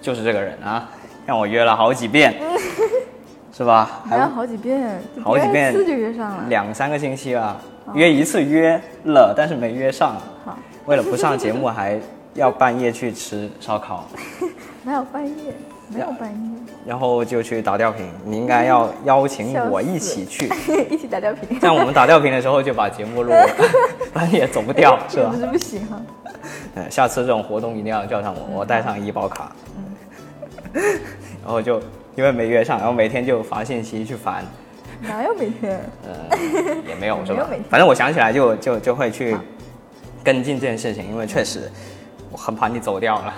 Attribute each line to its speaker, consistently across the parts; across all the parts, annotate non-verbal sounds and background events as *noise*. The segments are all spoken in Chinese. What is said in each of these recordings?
Speaker 1: 就是这个人啊，让我约了好几遍， *laughs* 是吧？
Speaker 2: 还
Speaker 1: 还
Speaker 2: 要好几遍，就
Speaker 1: 好几
Speaker 2: 别
Speaker 1: 遍
Speaker 2: 人一次就约上了。
Speaker 1: 两三个星期了，约一次约了，但是没约上。
Speaker 2: 好，
Speaker 1: 为了不上节目，还要半夜去吃烧烤，
Speaker 2: 哪有半夜？没有半夜，
Speaker 1: 然后就去打吊瓶。你应该要邀请我一起去， *laughs*
Speaker 2: *laughs* 一起打吊瓶，
Speaker 1: 这样我们打吊瓶的时候就把节目录了， *laughs* 不然也走不掉，是
Speaker 2: 也
Speaker 1: 吧
Speaker 2: 不？是不行
Speaker 1: *laughs*
Speaker 2: 啊。
Speaker 1: 嗯，下次这种活动一定要叫上我，我带上医保卡。 *laughs* 然后就因为没约上，然后每天就发信息去烦，
Speaker 2: 哪有每天？
Speaker 1: 呃， *laughs* 也没有是
Speaker 2: 没有
Speaker 1: 吧
Speaker 2: 每天？
Speaker 1: 反正我想起来就就就会去跟进这件事情，因为确实我很怕你走掉了。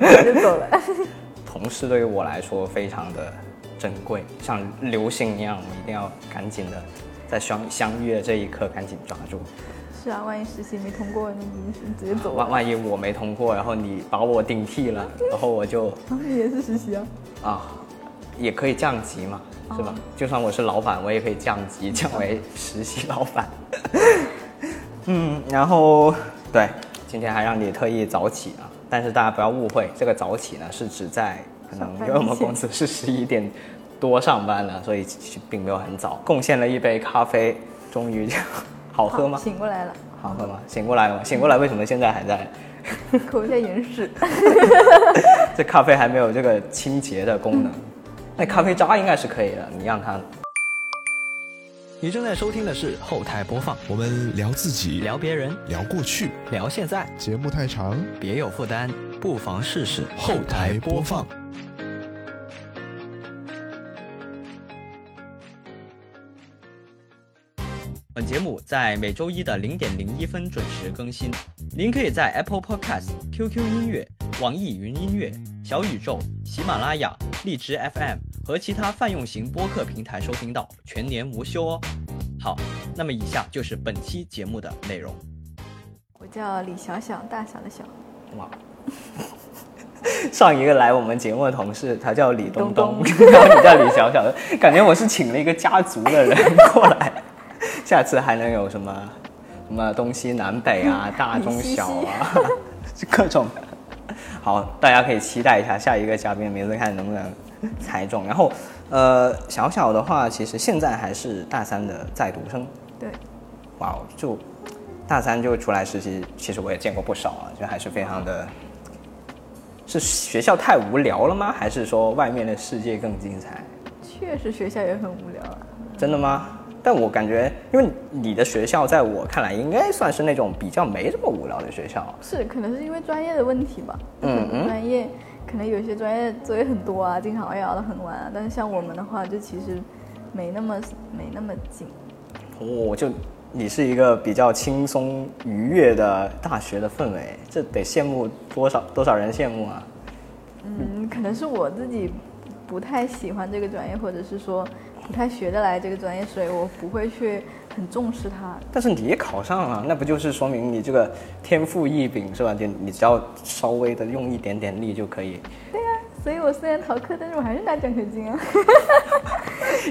Speaker 2: 我就走了。 *laughs*
Speaker 1: 同事对于我来说非常的珍贵，像流星一样，我一定要赶紧的在相相遇的这一刻赶紧抓住。
Speaker 2: 是啊，万一实习没通过，你你直接走
Speaker 1: 万
Speaker 2: 了。
Speaker 1: 万一我没通过，然后你把我顶替了，然后我就
Speaker 2: 啊你也是实习啊？
Speaker 1: 啊，也可以降级嘛，
Speaker 2: 哦
Speaker 1: 是吧？就算我是老板，我也可以降
Speaker 2: *laughs*
Speaker 1: 级，降为实习老板。 *laughs* 嗯，然后对，今天还让你特意早起啊，但是大家不要误会，这个早起呢是指在可能
Speaker 2: 上
Speaker 1: 因为我
Speaker 2: 班
Speaker 1: 们
Speaker 2: 之前
Speaker 1: 公司是十一点多上班了，所以其实并没有很早，贡献了一杯咖啡，终于就 *laughs* 好喝吗？
Speaker 2: 醒过来了，
Speaker 1: 好喝吗？醒过来了吗？醒过来，为什么现在还在？
Speaker 2: 口下眼屎。
Speaker 1: 这咖啡还没有这个清洁的功能，那咖啡渣应该是可以的，你让它
Speaker 3: 你正在收听的是后台播放，
Speaker 4: 我们聊自己，
Speaker 3: 聊别人，
Speaker 4: 聊过去，
Speaker 3: 聊现在，
Speaker 4: 节目太长，
Speaker 3: 别有负担，不妨试试
Speaker 4: 后台播放。。
Speaker 1: 本节目在每周一的零点零一分准时更新。您可以在 Apple Podcast、QQ 音乐、网易云音乐、小宇宙、喜马拉雅、荔枝 FM 和其他泛用型播客平台收听到，全年无休哦。好，那么以下就是本期节目的内容。
Speaker 2: *laughs* 我叫李小小，大小的小，
Speaker 1: 哇，上一个来我们节目的同事，他叫李东东，
Speaker 2: 东
Speaker 1: 然后你叫李小小，感觉我是请了一个家族的人过来。下次还能有什么什么东西南北啊，大中小啊， *laughs* 各种。好，大家可以期待一下下一个嘉宾的名字，看能不能猜中。然后，呃，小小的话，其实现在还是大三的在读生，
Speaker 2: 对，
Speaker 1: 哇，哦，就大三就出来实习，其实我也见过不少啊，就还是非常的，是学校太无聊了吗？还是说外面的世界更精彩？
Speaker 2: 确实学校也很无聊啊。
Speaker 1: 真的吗？但我感觉，因为你的学校在我看来应该算是那种比较没这么无聊的学校。啊
Speaker 2: 是，可能是因为专业的问题吧。
Speaker 1: 嗯嗯
Speaker 2: 专业可能有些专业作业很多啊，经常熬夜熬到很晚啊。但是像我们的话，就其实没那么没那么紧。
Speaker 1: 我、哦就你是一个比较轻松愉悦的大学的氛围，这得羡慕多少多少人羡慕啊！
Speaker 2: 嗯，可能是我自己不太喜欢这个专业，或者是说不太学得来这个专业，所以我不会去很重视它。
Speaker 1: 但是你也考上了，那不就是说明你这个天赋异禀是吧？你你只要稍微的用一点点力就可以，
Speaker 2: 所以我虽然逃课，但是我还是拿奖
Speaker 1: *laughs*
Speaker 2: 学金啊。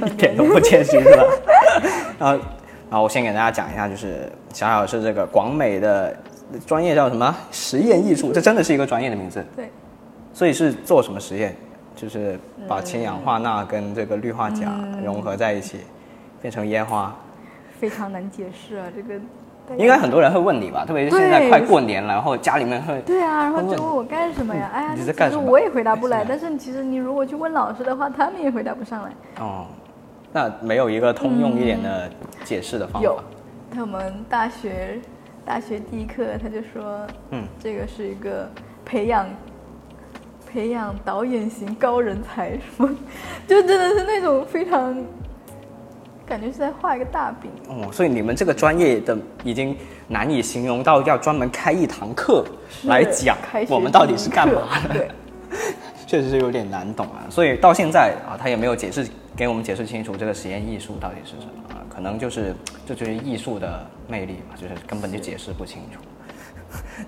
Speaker 1: 一点都不谦虚是吧？ *laughs* 然后，然后我先给大家讲一下，就是小小是这个广美的专业叫什么？实验艺术，这真的是一个专业的名字。
Speaker 2: 对，
Speaker 1: 所以是做什么实验？就是把氢氧化钠跟这个氯化钾融合在一起，变成烟花。
Speaker 2: 非常难解释啊，这个大家
Speaker 1: 应该很多人会问你吧，特别是现在
Speaker 2: 对
Speaker 1: 快过年了，然后家里面会
Speaker 2: 对啊，然后
Speaker 1: 他问
Speaker 2: 就问我干什么呀？哎呀，
Speaker 1: 嗯你
Speaker 2: 那
Speaker 1: 在干
Speaker 2: 其实
Speaker 1: 什么
Speaker 2: 我也回答不来。
Speaker 1: 是
Speaker 2: 但是其实你如果去问老师的话，他们也回答不上来。
Speaker 1: 哦，那没有一个通用一点的解释的方法
Speaker 2: 有。，他们大学大学第一课他就说，
Speaker 1: 嗯，
Speaker 2: 这个是一个培养培养导演型高人才什么， *laughs* 就真的是那种非常感觉是在画一个大饼。
Speaker 1: 哦，所以你们这个专业的已经难以形容到要专门开一堂课来
Speaker 2: 是
Speaker 1: 讲
Speaker 2: 开学
Speaker 1: 我们到底是干嘛
Speaker 2: 第一
Speaker 1: 的，
Speaker 2: 课对，
Speaker 1: *laughs* 确实是有点难懂啊。所以到现在啊，他也没有解释给我们解释清楚这个实验艺术到底是什么啊，可能就是这就是艺术的魅力吧，就是根本就解释不清楚。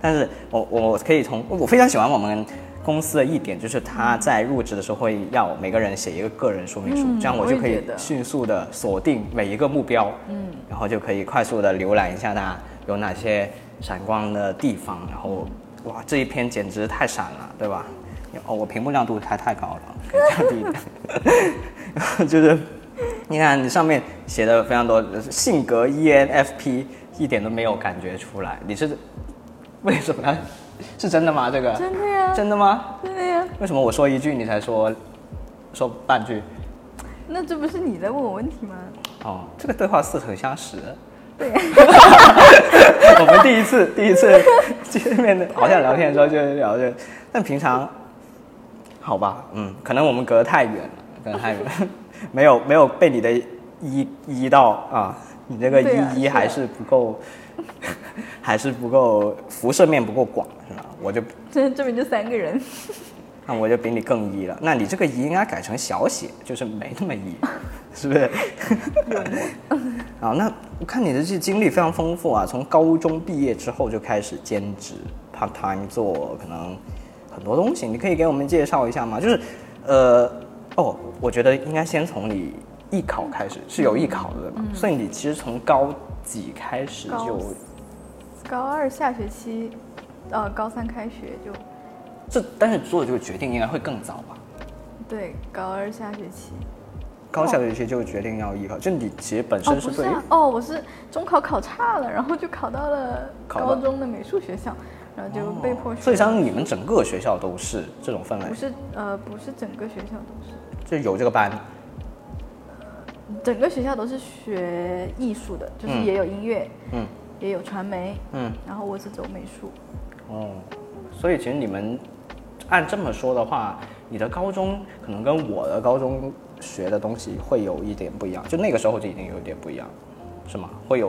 Speaker 1: 但是我我可以从我非常喜欢我们公司的一点，就是他在入职的时候会要每个人写一个个人说明书，
Speaker 2: 嗯
Speaker 1: 这样我就可
Speaker 2: 我
Speaker 1: 以
Speaker 2: 也觉得
Speaker 1: 迅速的锁定每一个目标，嗯，然后就可以快速的浏览一下它有哪些闪光的地方，然后哇这一篇简直太闪了，对吧？哦，我屏幕亮度太太高了，可以降低一点。 *laughs* 然后就是，你看你上面写的非常多，性格，E ENFP 一点都没有感觉出来，你是为什么呢？ *laughs* 是真的吗？这个
Speaker 2: 真的呀，
Speaker 1: 真的吗？
Speaker 2: 真的呀，
Speaker 1: 为什么我说一句你才说说半句？
Speaker 2: 那这不是你在问我问题吗？
Speaker 1: 哦，这个对话似曾相识。
Speaker 2: 对，
Speaker 1: *laughs* 我们第一次第一次见面的，好像聊天的时候就聊这，但平常好吧，嗯，可能我们隔得太远了， *laughs* 隔得太远，没有没有被你的一一到啊，你这个
Speaker 2: 对啊
Speaker 1: 一一
Speaker 2: 是啊
Speaker 1: 还是不够， *laughs* 还是不够辐射面不够广是吧？我就
Speaker 2: 这这边就三个人，
Speaker 1: 那我就比你更 E 一了。那你这个一应该改成小写，就是没那么
Speaker 2: *laughs*
Speaker 1: 一，是不是？啊，那我看你的这经历非常丰富啊，从高中毕业之后就开始兼职 part time 做可能很多东西，你可以给我们介绍一下吗？就是，呃，哦，我觉得应该先从你艺考开始，是有艺考的对吧？所以你其实从高几开始
Speaker 2: 嗯高
Speaker 1: 就
Speaker 2: 高二下学期，呃，高三开学就，
Speaker 1: 这，但是做这个决定应该会更早吧？
Speaker 2: 对，高二下学期。
Speaker 1: 高校学期就决定要艺考，就你其实本
Speaker 2: 哦，
Speaker 1: 身
Speaker 2: 不是
Speaker 1: 对于
Speaker 2: 啊，哦，我是中考考差了，然后就考到了
Speaker 1: 考到
Speaker 2: 高中的美术学校，然后就被迫
Speaker 1: 哦
Speaker 2: 去。
Speaker 1: 所以像你们整个学校都是这种氛围
Speaker 2: 不，是呃，不是整个学校都是，
Speaker 1: 就有这个班，
Speaker 2: 整个学校都是学艺术的，就是
Speaker 1: 嗯
Speaker 2: 也有音乐，
Speaker 1: 嗯
Speaker 2: 也有传媒，
Speaker 1: 嗯，
Speaker 2: 然后我是走美术，
Speaker 1: 哦，所以其实你们按这么说的话，你的高中可能跟我的高中学的东西会有一点不一样，就那个时候就已经有点不一样，是吗？会有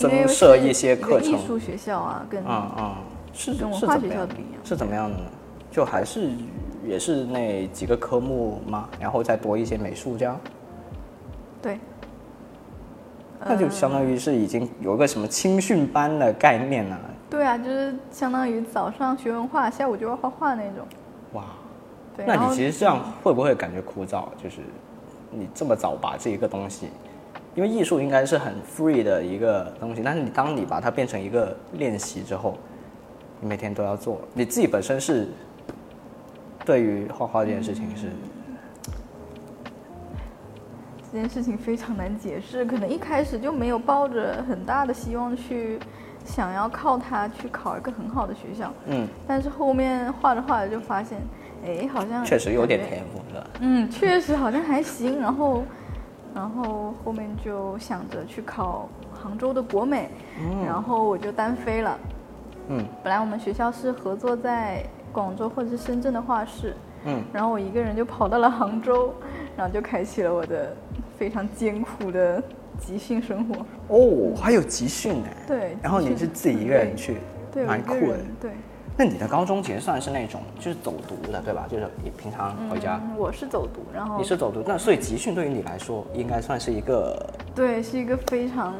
Speaker 2: 因为
Speaker 1: 增设
Speaker 2: 是
Speaker 1: 一些课
Speaker 2: 个
Speaker 1: 程
Speaker 2: 艺，术学校啊，跟
Speaker 1: 嗯嗯，是
Speaker 2: 跟文
Speaker 1: 是
Speaker 2: 化
Speaker 1: 怎
Speaker 2: 学
Speaker 1: 么
Speaker 2: 校
Speaker 1: 样
Speaker 2: 不一样
Speaker 1: 是怎么样的呢？就还是也是那几个科目吗？然后再多一些美术这样？
Speaker 2: 对，
Speaker 1: 那就相当于是已经有一个什么青训班的概念了、
Speaker 2: 对啊，就是相当于早上学文化，下午就要画画那种。
Speaker 1: 哇，
Speaker 2: 对，
Speaker 1: 那
Speaker 2: 然后
Speaker 1: 你其实这样会不会感觉枯燥？就是你这么早把这一个东西，因为艺术应该是很 free 的一个东西，但是你当你把它变成一个练习之后，你每天都要做，你自己本身是对于画画这件事情是，
Speaker 2: 这件事情非常难解释，可能一开始就没有抱着很大的希望去想要靠它去考一个很好的学校，
Speaker 1: 嗯，
Speaker 2: 但是后面画着画着就发现，哎，好像
Speaker 1: 确实有点
Speaker 2: 感觉
Speaker 1: 天赋的。
Speaker 2: 嗯，确实好像还行。然后，然后后面就想着去考杭州的国美，然后我就单飞了。
Speaker 1: 嗯
Speaker 2: 本来我们学校是合作在广州或者是深圳的画室，
Speaker 1: 嗯，
Speaker 2: 然后我一个人就跑到了杭州，然后就开启了我的非常艰苦的集训生活。
Speaker 1: 哦，还有集训呢。
Speaker 2: 对
Speaker 1: 然后你
Speaker 2: 集
Speaker 1: 是
Speaker 2: 训
Speaker 1: 自己一个人去，
Speaker 2: 对，我
Speaker 1: 蛮
Speaker 2: 一
Speaker 1: 酷
Speaker 2: 个
Speaker 1: 的
Speaker 2: 人。对，
Speaker 1: 那你的高中其实算是那种就是走读的，对吧？就是你平常回家，
Speaker 2: 嗯，我是走读，然后
Speaker 1: 你是走读，那所以集训对于你来说应该算是一个
Speaker 2: 对，是一个非常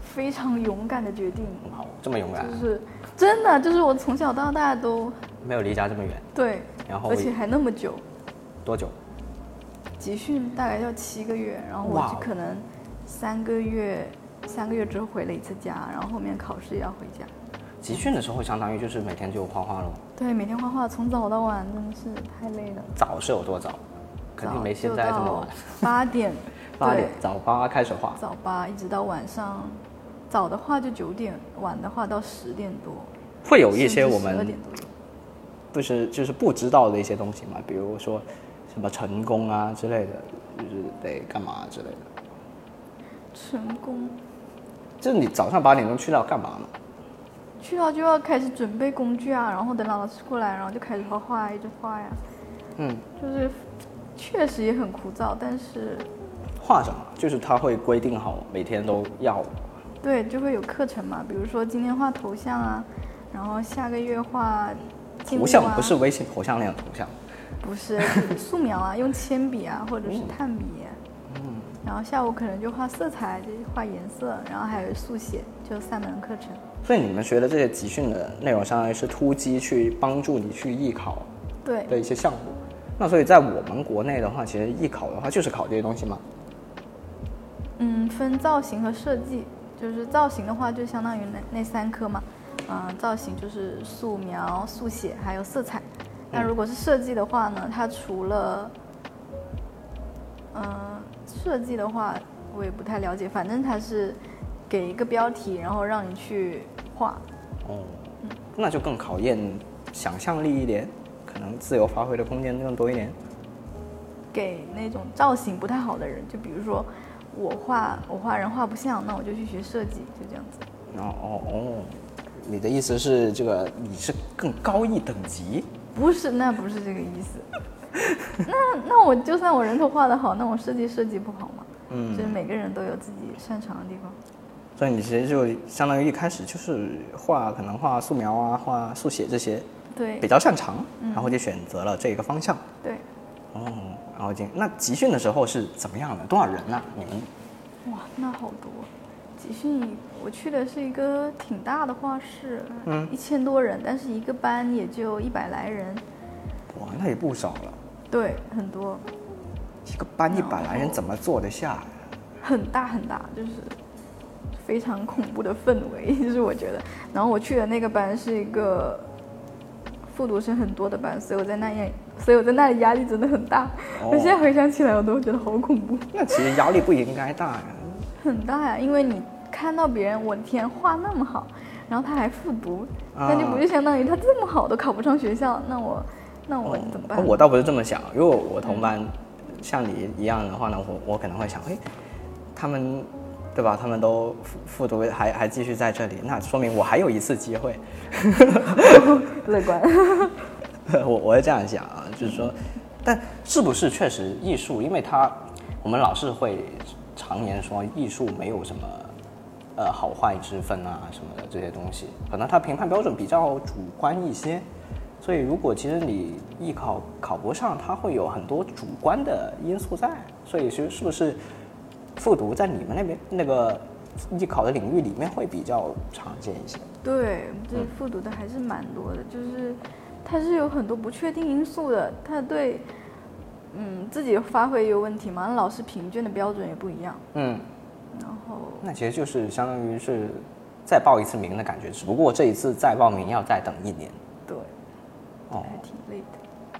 Speaker 2: 非常勇敢的决定。
Speaker 1: 嗯好这么勇敢，
Speaker 2: 就是真的，就是我从小到大都
Speaker 1: 没有离家这么远，
Speaker 2: 对，
Speaker 1: 然后
Speaker 2: 而且还那么久，
Speaker 1: 多久？
Speaker 2: 集训大概要七个月，然后我
Speaker 1: 哇
Speaker 2: 就可能三个月，三个月之后回了一次家，然后后面考试也要回家。
Speaker 1: 集训的时候相当于就是每天就画画喽，
Speaker 2: 对，每天画画从早到晚真的是太累了，
Speaker 1: 早是有多早？肯定没现在这么晚，，
Speaker 2: *laughs* 八点
Speaker 1: *laughs* 八点
Speaker 2: 对
Speaker 1: 早八开始画，
Speaker 2: 早八一直到晚上，早的话就九点，晚的话到十点多，
Speaker 1: 会有一些
Speaker 2: 甚至
Speaker 1: 我
Speaker 2: 12
Speaker 1: 们
Speaker 2: 点多
Speaker 1: 不是就是不知道的一些东西嘛，比如说什么成功啊之类的，就是得干嘛之类的。
Speaker 2: 成功。
Speaker 1: 就是你早上八点钟去那干嘛呢？
Speaker 2: 去到就要开始准备工具啊，然后等老师过来，然后就开始画画，一直画呀，
Speaker 1: 嗯，
Speaker 2: 就是确实也很枯燥，但是
Speaker 1: 画什么？就是他会规定好每天都要
Speaker 2: 对就会有课程嘛，比如说今天画头像啊，然后下个月画静物
Speaker 1: 头像
Speaker 2: 啊
Speaker 1: 不是微信头像那种头像，
Speaker 2: 不是 *laughs* 素描啊，用铅笔啊或者是炭笔、然后下午可能就画色彩，就是画颜色，然后还有速写，就三门课程。
Speaker 1: 所以你们学的这些集训的内容，相当于是突击去帮助你去艺考
Speaker 2: 对，
Speaker 1: 的一些项目。那所以在我们国内的话，其实艺考的话就是考这些东西嘛。
Speaker 2: 嗯，分造型和设计，就是造型的话，就相当于那那三科嘛，嗯、造型就是素描、速写还有色彩，那如果是设计的话呢，它除了，嗯、设计的话我也不太了解，反正它是给一个标题，然后让你去画。
Speaker 1: 哦，那就更考验想象力一点，可能自由发挥的空间更多一点。
Speaker 2: 给那种造型不太好的人，就比如说我画我画人画不像，那我就去学设计，就这样子。
Speaker 1: 哦哦哦，你的意思是这个你是更高一等级？
Speaker 2: 不是，那不是这个意
Speaker 1: *laughs*
Speaker 2: 思。那那我就算我人头画的好，那我设计设计不好嘛？
Speaker 1: 嗯
Speaker 2: 就是每个人都有自己擅长的地方。
Speaker 1: 所以你其实就相当于一开始就是画，可能画素描啊、画速写这些
Speaker 2: 对
Speaker 1: 比较擅长，然后就选择了这个方向。
Speaker 2: 对，
Speaker 1: 哦，然后进那集训的时候是怎么样的？多少人呢、你们
Speaker 2: 哇，那好多。集训我去的是一个挺大的画室，
Speaker 1: 嗯
Speaker 2: 一千多人，但是一个班也就一百来人，
Speaker 1: 哇，那也不少了，
Speaker 2: 对，很多，
Speaker 1: 一个班一百来人怎么坐得下？
Speaker 2: 很大很大，就是非常恐怖的氛围， *laughs* 就是我觉得。然后我去的那个班是一个复读生很多的班，所以我在那里，所以我在那里压力真的很大。
Speaker 1: 哦
Speaker 2: 我现在回想起来，我都觉得好恐怖，
Speaker 1: 那其实压力不应该大呀。
Speaker 2: 很大呀。因为你看到别人，我的天，画那么好，然后他还复读，
Speaker 1: 啊
Speaker 2: 那就不就相当于他这么好都考不上学校，那我那我
Speaker 1: 嗯
Speaker 2: 怎么办？
Speaker 1: 我倒不是这么想，如果我同班像你一样的话呢，我我可能会想，哎，他们对吧？他们都复复读还还继续在这里，那说明我还有一次机会。
Speaker 2: *laughs* 乐观。
Speaker 1: *laughs* 我我会这样想啊，就是说，但是不是确实艺术？因为它我们老是会常言说艺术没有什么呃好坏之分啊什么的这些东西，可能它评判标准比较主观一些。所以如果其实你艺考考不上，它会有很多主观的因素在。所以是是不是复读在你们那边那个艺考的领域里面会比较常见一些？
Speaker 2: 对，这复读的还是蛮多的，
Speaker 1: 嗯
Speaker 2: 就是它是有很多不确定因素的，它对，嗯，自己发挥也有问题嘛，那老师评卷的标准也不一样，
Speaker 1: 嗯，
Speaker 2: 然后
Speaker 1: 那其实就是相当于是再报一次名的感觉，只不过这一次再报名要再等一年。
Speaker 2: 对，
Speaker 1: 哦，
Speaker 2: 还挺累的，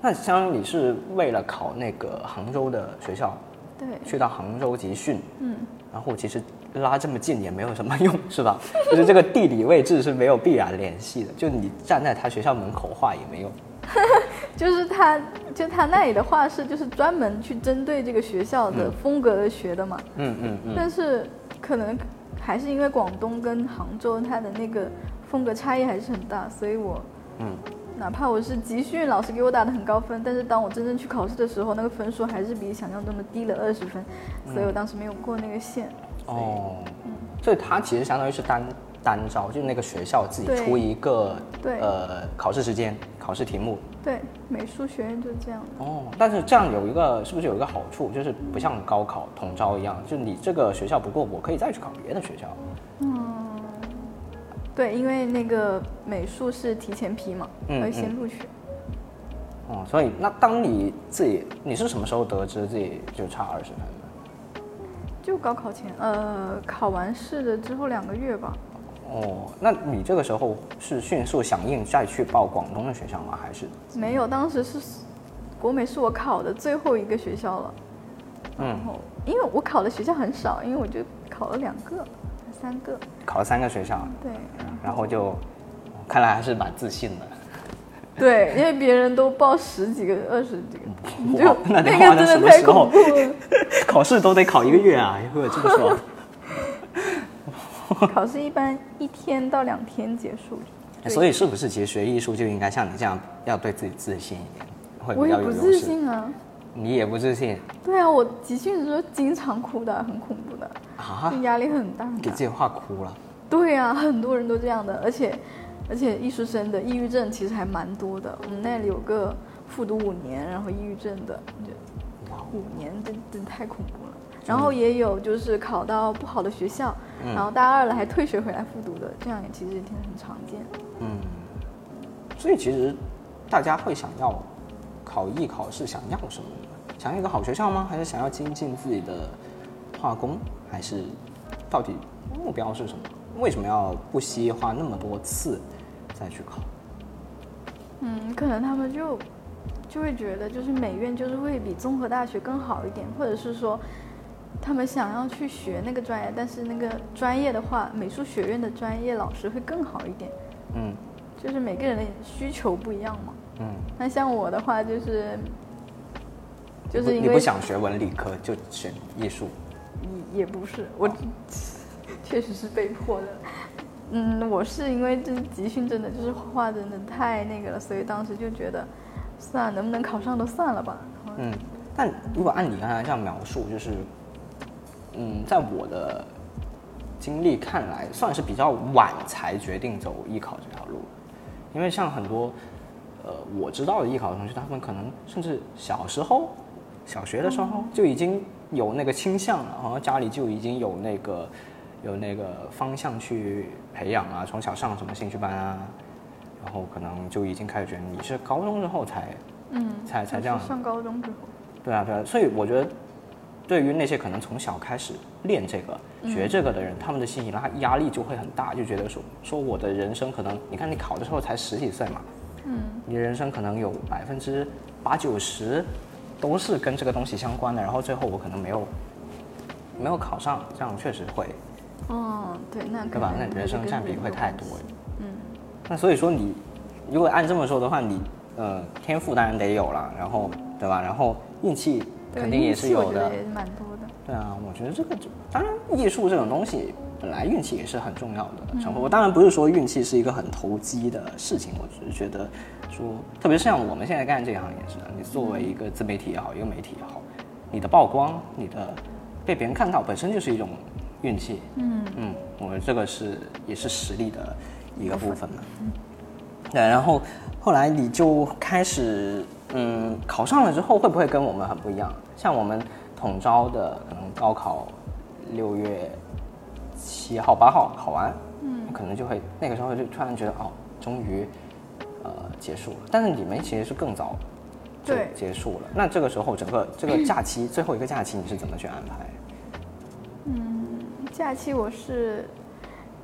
Speaker 1: 那相当于你是为了考那个杭州的学校，
Speaker 2: 对，
Speaker 1: 去到杭州集训，
Speaker 2: 嗯，
Speaker 1: 然后其实拉这么近也没有什么用，是吧？ *laughs* 就是这个地理位置是没有必然联系的，就你站在他学校门口画也没用。
Speaker 2: 就是他就他那里的画室就是专门去针对这个学校的风格而学的嘛，
Speaker 1: 嗯嗯嗯，
Speaker 2: 但是可能还是因为广东跟杭州它的那个风格差异还是很大，所以我
Speaker 1: 嗯，
Speaker 2: 哪怕我是集训老师给我打的很高分，但是当我真正去考试的时候，那个分数还是比想象中的低了二十分，
Speaker 1: 嗯
Speaker 2: 所以我当时没有过那个线。
Speaker 1: 哦，所以他其实相当于是单单招，就是那个学校自己
Speaker 2: 对
Speaker 1: 出一个
Speaker 2: 对
Speaker 1: 呃考试时间、考试题目，
Speaker 2: 对，美术学院就是这样的。
Speaker 1: 哦，但是这样有一个是不是有一个好处，就是不像高考统招一样，就你这个学校不过，我可以再去考别的学校。
Speaker 2: 嗯，对，因为那个美术是提前批嘛，
Speaker 1: 嗯
Speaker 2: 会先录取。
Speaker 1: 哦，所以那当你自己你是什么时候得知自己就差二十分的？
Speaker 2: 就高考前，呃，考完试了之后两个月吧，
Speaker 1: 哦，那你这个时候是迅速响应再去报广东的学校吗？还是
Speaker 2: 没有，当时是国美是我考的最后一个学校了，
Speaker 1: 嗯
Speaker 2: 然后因为我考的学校很少，因为我就考了两个、三个，
Speaker 1: 考了三个学校，
Speaker 2: 对，
Speaker 1: 然后就看来还是蛮自信 *laughs* 的。
Speaker 2: *laughs* 对，因为别人都报十几个、二十几个，你就
Speaker 1: 哇那得花
Speaker 2: 个
Speaker 1: 到什
Speaker 2: 真的
Speaker 1: 么
Speaker 2: 太
Speaker 1: 时候
Speaker 2: 恐
Speaker 1: *laughs*
Speaker 2: 怖 *laughs* 了。
Speaker 1: 考试都得考一个月啊，如果这么说。
Speaker 2: 考试一般一天到两天结束。对
Speaker 1: 所以是不是其实学艺术就应该像你这样，要对自己自信一点，会
Speaker 2: 我
Speaker 1: 比
Speaker 2: 也
Speaker 1: 较有
Speaker 2: 不
Speaker 1: 优势？
Speaker 2: 自信啊。
Speaker 1: 你也不自信
Speaker 2: 对啊，我集训的时候经常哭的，很恐怖的，
Speaker 1: 啊
Speaker 2: 就？压力很大很
Speaker 1: 给
Speaker 2: 大
Speaker 1: 自。己画哭了。
Speaker 2: 对啊，很多人都这样的，而且而且艺术生的抑郁症其实还蛮多的。我们那里有个复读五年，然后抑郁症的，就五年真真太恐怖了。然后也有就是考到不好的学校，
Speaker 1: 嗯
Speaker 2: 然后大二了还退学回来复读的，这样也其实也挺很常见。
Speaker 1: 嗯，所以其实大家会想要考艺考是想要什么呢？想要一个好学校吗？还是想要精进自己的画工？还是到底目标是什么？为什么要不惜花那么多次再去考？
Speaker 2: 嗯，可能他们就就会觉得就是美院就是会比综合大学更好一点，或者是说他们想要去学那个专业，但是那个专业的话，美术学院的专业老师会更好一点，
Speaker 1: 嗯
Speaker 2: 就是每个人的需求不一样嘛。
Speaker 1: 嗯，
Speaker 2: 那像我的话就是，就
Speaker 1: 你不
Speaker 2: 是因
Speaker 1: 你
Speaker 2: 为
Speaker 1: 不想学文理科就选艺术，
Speaker 2: 也也不是，我确实是被迫的。嗯，我是因为就是集训真的就是画真的太那个了，所以当时就觉得，算了，能不能考上都算了吧。然后
Speaker 1: 嗯，但如果按你刚才这样描述，就是，嗯，在我的经历看来，算是比较晚才决定走艺考这条路，因为像很多，呃，我知道的艺考的同学，他们可能甚至小时候，小学的时候就已经有那个倾向了，好像家里就已经有那个有那个方向去培养啊，从小上什么兴趣班啊，然后可能就已经开始觉得你是高中之后才
Speaker 2: 嗯，
Speaker 1: 才才
Speaker 2: 就
Speaker 1: 这样
Speaker 2: 是上高中之后，
Speaker 1: 对啊，对啊，所以我觉得，对于那些可能从小开始练这个、学这个的人，他们的心理拉压力就会很大，就觉得说说我的人生可能，你看你考的时候才十几岁嘛，
Speaker 2: 嗯，
Speaker 1: 你的人生可能有百分之八九十都是跟这个东西相关的，然后最后我可能没有没有考上，这样确实会，
Speaker 2: 哦，对，那
Speaker 1: 对吧？那人生占
Speaker 2: 占
Speaker 1: 比会太多。
Speaker 2: 嗯，
Speaker 1: 那所以说你，如果按这么说的话，你呃天赋当然得有了，然后对吧？然后运气
Speaker 2: 对
Speaker 1: 肯定也是
Speaker 2: 运气
Speaker 1: 有
Speaker 2: 我觉
Speaker 1: 的
Speaker 2: 得。也蛮多的。
Speaker 1: 对啊，我觉得这个就当然，艺术这种东西本来运气也是很重要的
Speaker 2: 嗯
Speaker 1: 成分。我当然不是说运气是一个很投机的事情，我只是觉得说，特别是像我们现在干这一行也是的，你作为一个自媒体也好，一个媒体也好，你的曝光，你的被别人看到，本身就是一种运气。
Speaker 2: 嗯，
Speaker 1: 嗯，我觉得这个是也是实力的一个部分嘛。对，然后后来你就开始，嗯，考上了之后会不会跟我们很不一样？像我们统招的，可能高考六月七号、八号考完，嗯，可能就会那个时候就突然觉得哦，终于呃结束了。但是你们其实是更早就
Speaker 2: 对
Speaker 1: 结束了。那这个时候整个这个假期最后一个假期你是怎么去安排？
Speaker 2: 假期我是，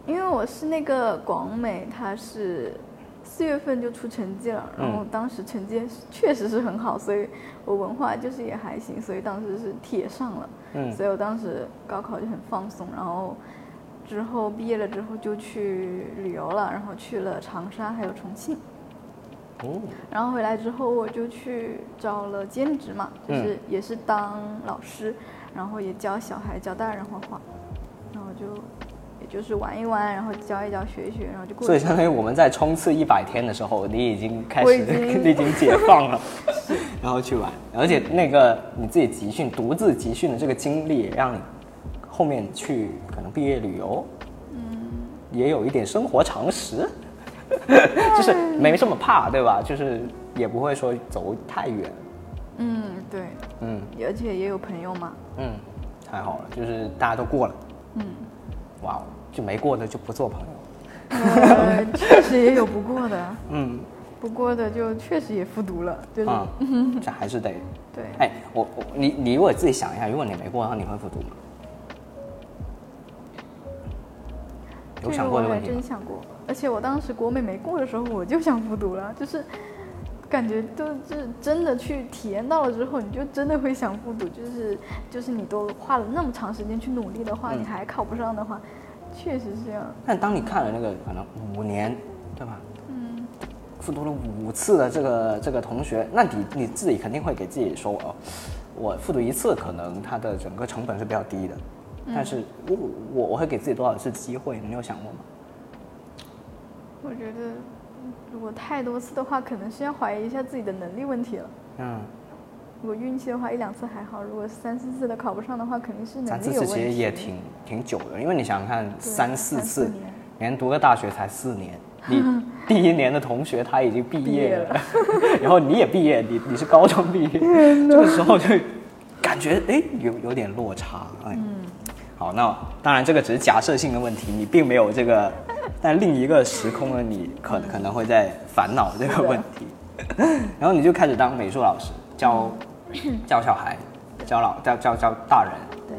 Speaker 2: 因为我是那个广美，它是四月份就出成绩了，然后
Speaker 1: 嗯
Speaker 2: 当时成绩确实是很好，所以我文化就是也还行，所以当时是铁上了，
Speaker 1: 嗯
Speaker 2: 所以我当时高考就很放松，然后之后毕业了之后就去旅游了，然后去了长沙还有重庆，
Speaker 1: 哦，
Speaker 2: 然后回来之后我就去找了兼职嘛，就
Speaker 1: 嗯
Speaker 2: 是也是当老师，然后也教小孩教大人画画，然后就也就是玩一玩，然后教一教学一学，然后就过
Speaker 1: 所以
Speaker 2: 去
Speaker 1: 相当于我们在冲刺一百天的时候，你已经开
Speaker 2: 我
Speaker 1: 始，
Speaker 2: 已经
Speaker 1: *laughs* 你已经解放了，然后去玩。而且那个你自己集训、独自集训的这个经历，也让你后面去可能毕业旅游，嗯，也有一点生活常识， *laughs* 就是没这么怕，对吧？就是也不会说走太远，
Speaker 2: 嗯，对，
Speaker 1: 嗯
Speaker 2: 而且也有朋友
Speaker 1: *laughs*
Speaker 2: 嘛，
Speaker 1: 嗯，太好了，就是大家都过了，
Speaker 2: 嗯，
Speaker 1: 哇哦，就没过的就不做朋友，
Speaker 2: 呃，确实也有不过的，
Speaker 1: 嗯
Speaker 2: 不过的就确实也复读了，就是、
Speaker 1: 啊，
Speaker 2: 嗯
Speaker 1: 这还是得
Speaker 2: 对，
Speaker 1: 哎，我我你你如果自己想一下，如果你没过的话，你会复读吗？有
Speaker 2: 这
Speaker 1: 想
Speaker 2: 个
Speaker 1: 过
Speaker 2: 我
Speaker 1: 这个
Speaker 2: 还
Speaker 1: 问题吗
Speaker 2: 真？想过，而且我当时国美没过的时候，我就想复读了，就是感觉都就是真的去体验到了之后，你就真的会想复读，就是就是你都花了那么长时间去努力的话，
Speaker 1: 嗯
Speaker 2: 你还考不上的话，确实是这样。
Speaker 1: 但当你看了那个可能五年，对吧？嗯，复读了五次的这个这个同学，那你你自己肯定会给自己说哦，我复读一次可能它的整个成本是比较低的，
Speaker 2: 嗯
Speaker 1: 但是我我我会给自己多少次机会？你有想过吗？
Speaker 2: 我觉得如果太多次的话，可能是要怀疑一下自己的能力问题了。
Speaker 1: 嗯，
Speaker 2: 如果运气的话，一两次还好；如果三四次都考不上的话，肯定是能
Speaker 1: 三四
Speaker 2: 力有
Speaker 1: 次
Speaker 2: 问题。
Speaker 1: 其实也挺挺久的，因为你想想看，三四
Speaker 2: 三四
Speaker 1: 次
Speaker 2: 年，
Speaker 1: 连读个大学才四年， *laughs* 你第一年的同学他已经毕业了， *laughs* 然后你也毕业，你你是高中毕业， *laughs* 这个时候就感觉哎有有点落差，哎，好，那当然这个只是假设性的问题，你并没有这个，但另一个时空的你可能可能会在烦恼这个问题， *laughs* 然后你就开始当美术老师，教教小孩，教老教教教大人，
Speaker 2: 对。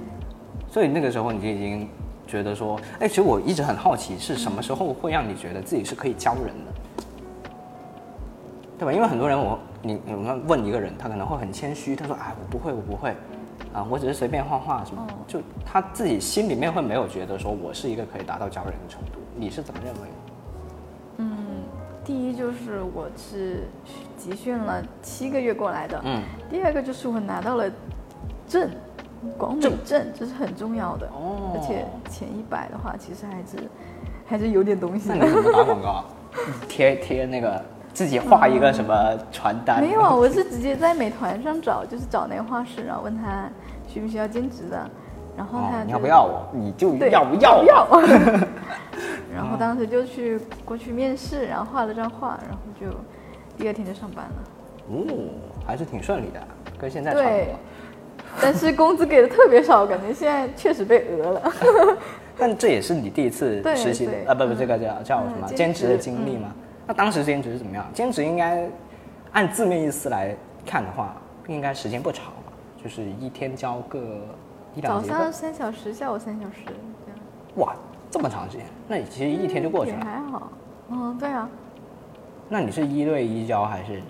Speaker 1: 所以那个时候你就已经觉得说，哎，其实我一直很好奇，是什么时候会让你觉得自己是可以教人的？对吧？因为很多人我你你们问一个人，他可能会很谦虚，他说啊我不会我不会，啊我只是随便画画什么，
Speaker 2: 哦
Speaker 1: 就他自己心里面会没有觉得说我是一个可以达到教人的程度，你是怎么认为的？
Speaker 2: 第一就是我是集训了七个月过来的，
Speaker 1: 嗯，
Speaker 2: 第二个就是我拿到了证，广美证，这是很重要的。
Speaker 1: 哦
Speaker 2: 而且前一百的话，其实还是还是有点东西
Speaker 1: 那
Speaker 2: 的
Speaker 1: 你。怎么打广告啊？贴贴那个自己画一个什么传单？
Speaker 2: 没有啊，我是直接在美团上找，就是找那个画室，然后问他需不需要兼职的，然后他、
Speaker 1: 哦，你要不要？我？你就
Speaker 2: 对，
Speaker 1: 要不要我？ *laughs*
Speaker 2: 要。然后当时就去过去面试，然后画了张画，然后就第二天就上班了。
Speaker 1: 哦，还是挺顺利的，跟现在差不
Speaker 2: 对
Speaker 1: 多。，
Speaker 2: 但是工资给的特别少，感觉现在确实被讹了。
Speaker 1: 但这也是你第一次
Speaker 2: 对
Speaker 1: 实习的
Speaker 2: 对
Speaker 1: 啊，不不，
Speaker 2: 嗯
Speaker 1: 这个叫叫什么
Speaker 2: 嗯
Speaker 1: 兼
Speaker 2: 兼
Speaker 1: 职
Speaker 2: 职
Speaker 1: 的经历吗？那当时兼职是怎么样？兼职应该按字面意思来看的话，应该时间不长吧，就是一天交个 *laughs* 一两
Speaker 2: 早
Speaker 1: 节
Speaker 2: 上
Speaker 1: 课。
Speaker 2: 三小时，下午三小时，这样
Speaker 1: 哇，这么长时间，那你其实一天就过去
Speaker 2: 也
Speaker 1: 了。
Speaker 2: 还好。嗯，对啊，
Speaker 1: 那你是一对一教还是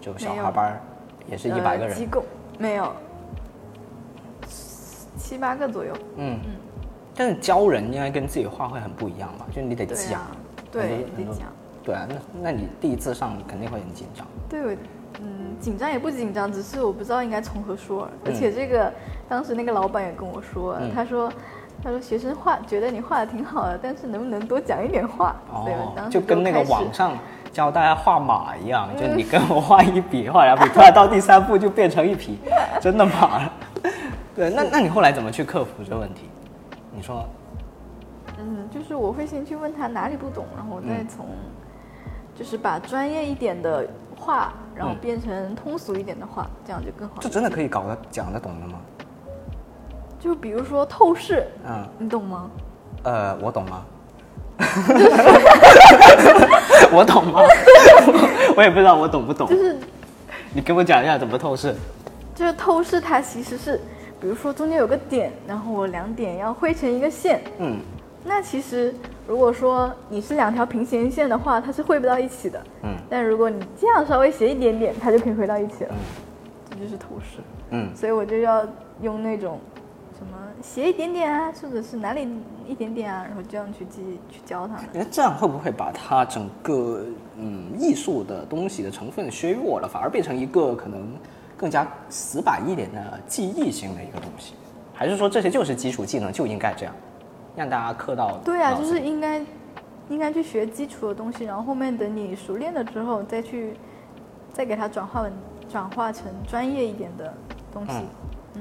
Speaker 1: 就小
Speaker 2: 没有
Speaker 1: 孩班儿？也是一百个
Speaker 2: 呃、
Speaker 1: 人
Speaker 2: 机。构没有七八个左右。
Speaker 1: 嗯，但是教人应该跟自己画会很不一样吧？就你得
Speaker 2: 对
Speaker 1: 讲
Speaker 2: 啊，，
Speaker 1: 很
Speaker 2: 对
Speaker 1: 多，
Speaker 2: 得
Speaker 1: 很多
Speaker 2: 讲。
Speaker 1: 对啊，那那你第一次上肯定会很紧张。
Speaker 2: 对，我嗯，紧张也不紧张，只是我不知道应该从何说。而且这个、当时那个老板也跟我说，
Speaker 1: 嗯
Speaker 2: 他说。他说：“学生画觉得你画的挺好的，但是能不能多讲一点话？”对，我当时
Speaker 1: 哦就跟那个
Speaker 2: 开始
Speaker 1: 网上教大家画马一样，就你跟我画一笔，画两笔，突然到第三步就变成一匹真的马
Speaker 2: *laughs*
Speaker 1: 了。对，那那你后来怎么去克服这个问题？你说
Speaker 2: 嗯，就是我会先去问他哪里不懂，然后我再
Speaker 1: 嗯
Speaker 2: 从，就是把专业一点的话，然后
Speaker 1: 嗯
Speaker 2: 变成通俗一点的话，这样就更好
Speaker 1: 这。真的可以搞得讲得懂的吗？
Speaker 2: 就比如说透视，
Speaker 1: 嗯，
Speaker 2: 你懂吗？
Speaker 1: 呃，我懂吗？ *laughs* 我懂吗？ *laughs* 我也不知道我懂不懂
Speaker 2: 就。是
Speaker 1: 你给我讲一下怎么透视。
Speaker 2: 就是透视，它其实是，比如说中间有个点，然后我两点要汇成一个线。
Speaker 1: 嗯，
Speaker 2: 那其实如果说你是两条平行线的话，它是汇不到一起的。
Speaker 1: 嗯
Speaker 2: 但如果你这样稍微斜一点点，它就可以汇到一起了。
Speaker 1: 嗯
Speaker 2: 这就是透视。
Speaker 1: 嗯，
Speaker 2: 所以我就要用那种什么斜一点点啊，或者是哪里一点点啊，然后这样去记去教他们。
Speaker 1: 那哎这样会不会把它整个嗯艺术的东西的成分削弱了，反而变成一个可能更加死板一点的记忆性的一个东西？还是说这些就是基础技能就应该这样，让大家刻到
Speaker 2: 对啊，
Speaker 1: 脑
Speaker 2: 就
Speaker 1: 子
Speaker 2: 是
Speaker 1: 里
Speaker 2: 应该应该去学基础的东西，然后后面等你熟练了之后，再去再给它转化为转化成专业一点的东西。
Speaker 1: 嗯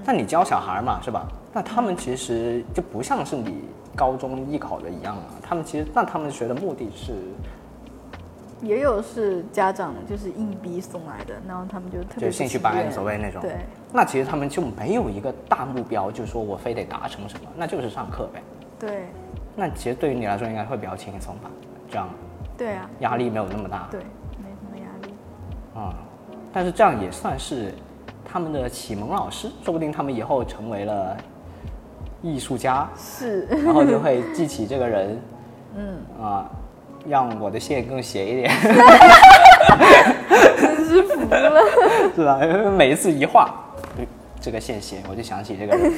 Speaker 1: 但你教小孩嘛，是吧？那他们其实就不像是你高中艺考的一样啊，他们其实那他们学的目的是
Speaker 2: 也有是家长就是硬逼送来的，然后他们就特别
Speaker 1: 就
Speaker 2: 不
Speaker 1: 兴趣
Speaker 2: 情
Speaker 1: 班
Speaker 2: 愿
Speaker 1: 所谓那种，
Speaker 2: 对，
Speaker 1: 那其实他们就没有一个大目标，就是说我非得达成什么，那就是上课呗。
Speaker 2: 对
Speaker 1: 那其实对于你来说应该会比较轻松吧？这样
Speaker 2: 对啊，
Speaker 1: 压力没有那么大。
Speaker 2: 对，没什么压力。
Speaker 1: 啊、但是这样也算是他们的启蒙老师，说不定他们以后成为了艺术家，
Speaker 2: 是， *laughs*
Speaker 1: 然后就会记起这个人。嗯。啊、让我的线更斜一点，
Speaker 2: 真是服了。
Speaker 1: 是吧？因为每一次一画，嗯这个线斜，我就想起这个人。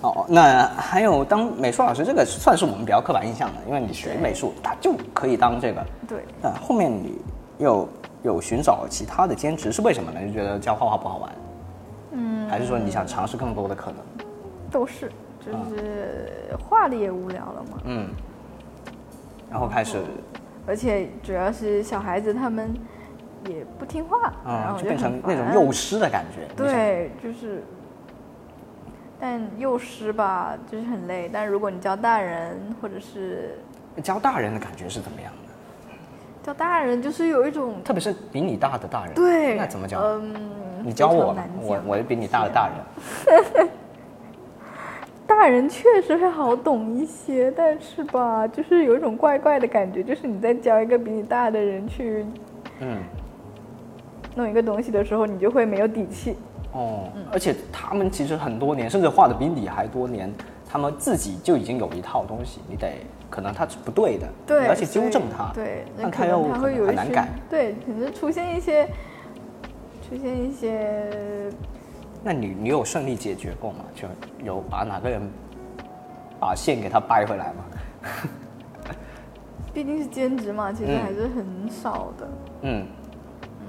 Speaker 1: 哦，那还有当美术老师，这个算是我们比较刻板印象的，因为你学美术，他就可以当这个。
Speaker 2: 对，
Speaker 1: 那后面你又有寻找其他的兼职是为什么呢？就觉得教画画不好玩，
Speaker 2: 嗯，
Speaker 1: 还是说你想尝试更多的可能？
Speaker 2: 都是，就是画的也无聊了嘛，
Speaker 1: 嗯，然后开始，
Speaker 2: 而且主要是小孩子他们也不听话，然
Speaker 1: 嗯，
Speaker 2: 后
Speaker 1: 就变成
Speaker 2: 很
Speaker 1: 那种
Speaker 2: 烦啊
Speaker 1: 幼师的感觉。你想，
Speaker 2: 对，就是，但幼师吧，就是很累。但如果你教大人，或者是
Speaker 1: 教大人的感觉是怎么样的？
Speaker 2: 教大人，就是有一种
Speaker 1: 特别是比你大的大人，
Speaker 2: 对，
Speaker 1: 那怎么教？
Speaker 2: 嗯，
Speaker 1: 你教
Speaker 2: 非常
Speaker 1: 我吧
Speaker 2: 难，
Speaker 1: 我
Speaker 2: 讲
Speaker 1: 我比你大的大人，
Speaker 2: 大人确实会好懂一些，但是吧，就是有一种怪怪的感觉，就是你在教一个比你大的人去
Speaker 1: 嗯。
Speaker 2: 弄一个东西的时候，你就会没有底气。嗯
Speaker 1: 哦，而且他们其实很多年，甚至画的比你还多年，他们自己就已经有一套东西，你得可能它是不对的，
Speaker 2: 对，
Speaker 1: 你要去
Speaker 2: 所以
Speaker 1: 纠正它，
Speaker 2: 对，那
Speaker 1: 但
Speaker 2: 可
Speaker 1: 它
Speaker 2: 能
Speaker 1: 又
Speaker 2: 它
Speaker 1: 可
Speaker 2: 会
Speaker 1: 能
Speaker 2: 有
Speaker 1: 很
Speaker 2: 一
Speaker 1: 难
Speaker 2: 些
Speaker 1: 改。
Speaker 2: 对，可能出现一些出现一些
Speaker 1: 那你你有顺利解决过吗？就有把哪个人把线给他掰回来吗？
Speaker 2: 毕竟是兼职嘛，其实
Speaker 1: 嗯
Speaker 2: 还是很少的。
Speaker 1: 嗯，
Speaker 2: 嗯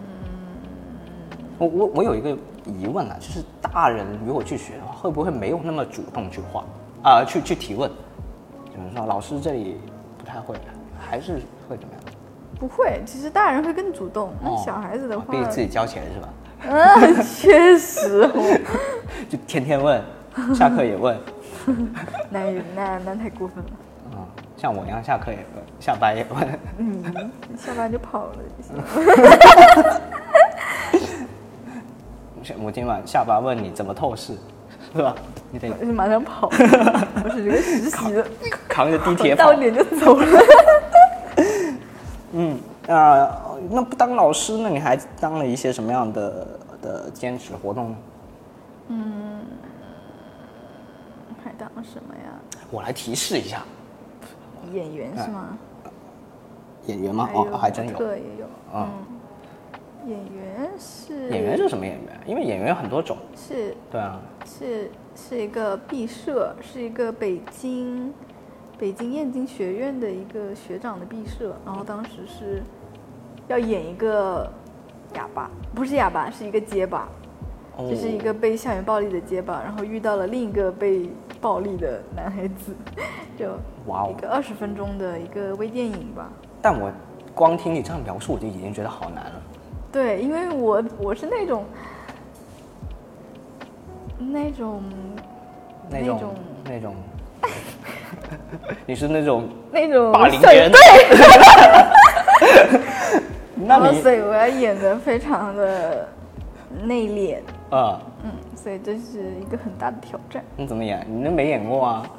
Speaker 1: 我我我有一个疑问啊，就是大人如果去学的话，会不会没有那么主动去画啊、去去提问？就是说老师这里不太会，还是会怎么样？
Speaker 2: 不会，其实大人会更主动。那小孩子的
Speaker 1: 哦
Speaker 2: 话，
Speaker 1: 毕竟自己交钱是吧？
Speaker 2: 嗯， *laughs* 确实哦， *laughs*
Speaker 1: 就天天问，下课也问，
Speaker 2: 那那那太过分了。
Speaker 1: 嗯，像我一样下课也问，下班也问。
Speaker 2: 下班就跑了一下，
Speaker 1: 我今晚下班问你怎么透视，是吧？你得
Speaker 2: 我就马上跑。我是一个实
Speaker 1: *laughs*
Speaker 2: 习的，
Speaker 1: 扛着地
Speaker 2: *laughs*
Speaker 1: 铁跑
Speaker 2: 到。点就走了。
Speaker 1: 嗯，啊，那不当老师，那你还当了一些什么样的的兼职活动呢？
Speaker 2: 还当什么呀？
Speaker 1: 我来提示一下，
Speaker 2: 演员是吗？
Speaker 1: 演员
Speaker 2: 哎
Speaker 1: 吗？哦，还真有。
Speaker 2: 对，也有。
Speaker 1: 啊
Speaker 2: 嗯，演员是
Speaker 1: 演员是什么演员？因为演员有很多种。
Speaker 2: 是
Speaker 1: 对啊，
Speaker 2: 是是一个毕设，是一个北京北京燕京学院的一个学长的毕设，然后当时是要演一个哑巴，不是哑巴，是一个结巴，
Speaker 1: 哦
Speaker 2: 就是一个被校园暴力的结巴，然后遇到了另一个被暴力的男孩子， *laughs* 就
Speaker 1: 哇哦
Speaker 2: 一！个二十分钟的一个微电影吧。
Speaker 1: 但我光听你这样描述，我就已经觉得好难了。
Speaker 2: 对，因为我我是那种那种
Speaker 1: 那
Speaker 2: 那
Speaker 1: 种
Speaker 2: 种
Speaker 1: 那种， *laughs* 你是那种
Speaker 2: 那种
Speaker 1: 霸凌
Speaker 2: 校
Speaker 1: 别人？
Speaker 2: 园
Speaker 1: 对。 *laughs* 那
Speaker 2: 然后
Speaker 1: 你
Speaker 2: 哦所以我要演的非常的内敛，
Speaker 1: 啊，
Speaker 2: 嗯，所以这是一个很大的挑战。
Speaker 1: 你怎么演？你那没演过啊？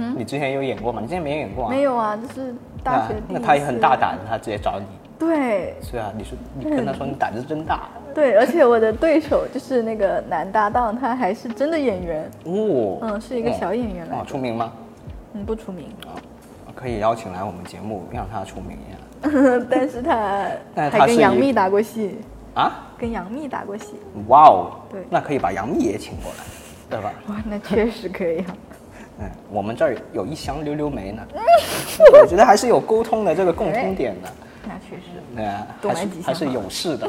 Speaker 2: 嗯
Speaker 1: 你之前有演过吗？你之前没演过啊？
Speaker 2: 没有啊，就是大学第一
Speaker 1: 那
Speaker 2: 次
Speaker 1: 他也很大。胆，他直接找你。
Speaker 2: 对
Speaker 1: 是啊，你说你跟
Speaker 2: 嗯
Speaker 1: 他说你胆子真大
Speaker 2: 对，而且我的对手就是那个男搭档，他还是真的演员，
Speaker 1: 哦。
Speaker 2: 嗯是一个小演员来
Speaker 1: 哦，
Speaker 2: 的
Speaker 1: 哦出名吗？
Speaker 2: 嗯，不出名， *laughs*
Speaker 1: 可以邀请来我们节目，让他出名一下
Speaker 2: 但是他
Speaker 1: *laughs* 但是
Speaker 2: 还
Speaker 1: 他
Speaker 2: 跟
Speaker 1: 是
Speaker 2: 杨
Speaker 1: 一
Speaker 2: 幂打过戏，
Speaker 1: 啊！
Speaker 2: 跟杨幂打过戏，
Speaker 1: 哇哦，
Speaker 2: 对
Speaker 1: 那可以把杨幂也请过来，对吧？
Speaker 2: 哇，那确实可以啊。
Speaker 1: 嗯，我们这儿有一箱溜溜
Speaker 2: *laughs*
Speaker 1: 梅呢，我觉得还是有沟通的这个共通点的。
Speaker 2: 那确实，
Speaker 1: 对啊，
Speaker 2: 哎多
Speaker 1: 还
Speaker 2: 买
Speaker 1: 是
Speaker 2: 几箱
Speaker 1: 还是有事
Speaker 2: *laughs*
Speaker 1: 的。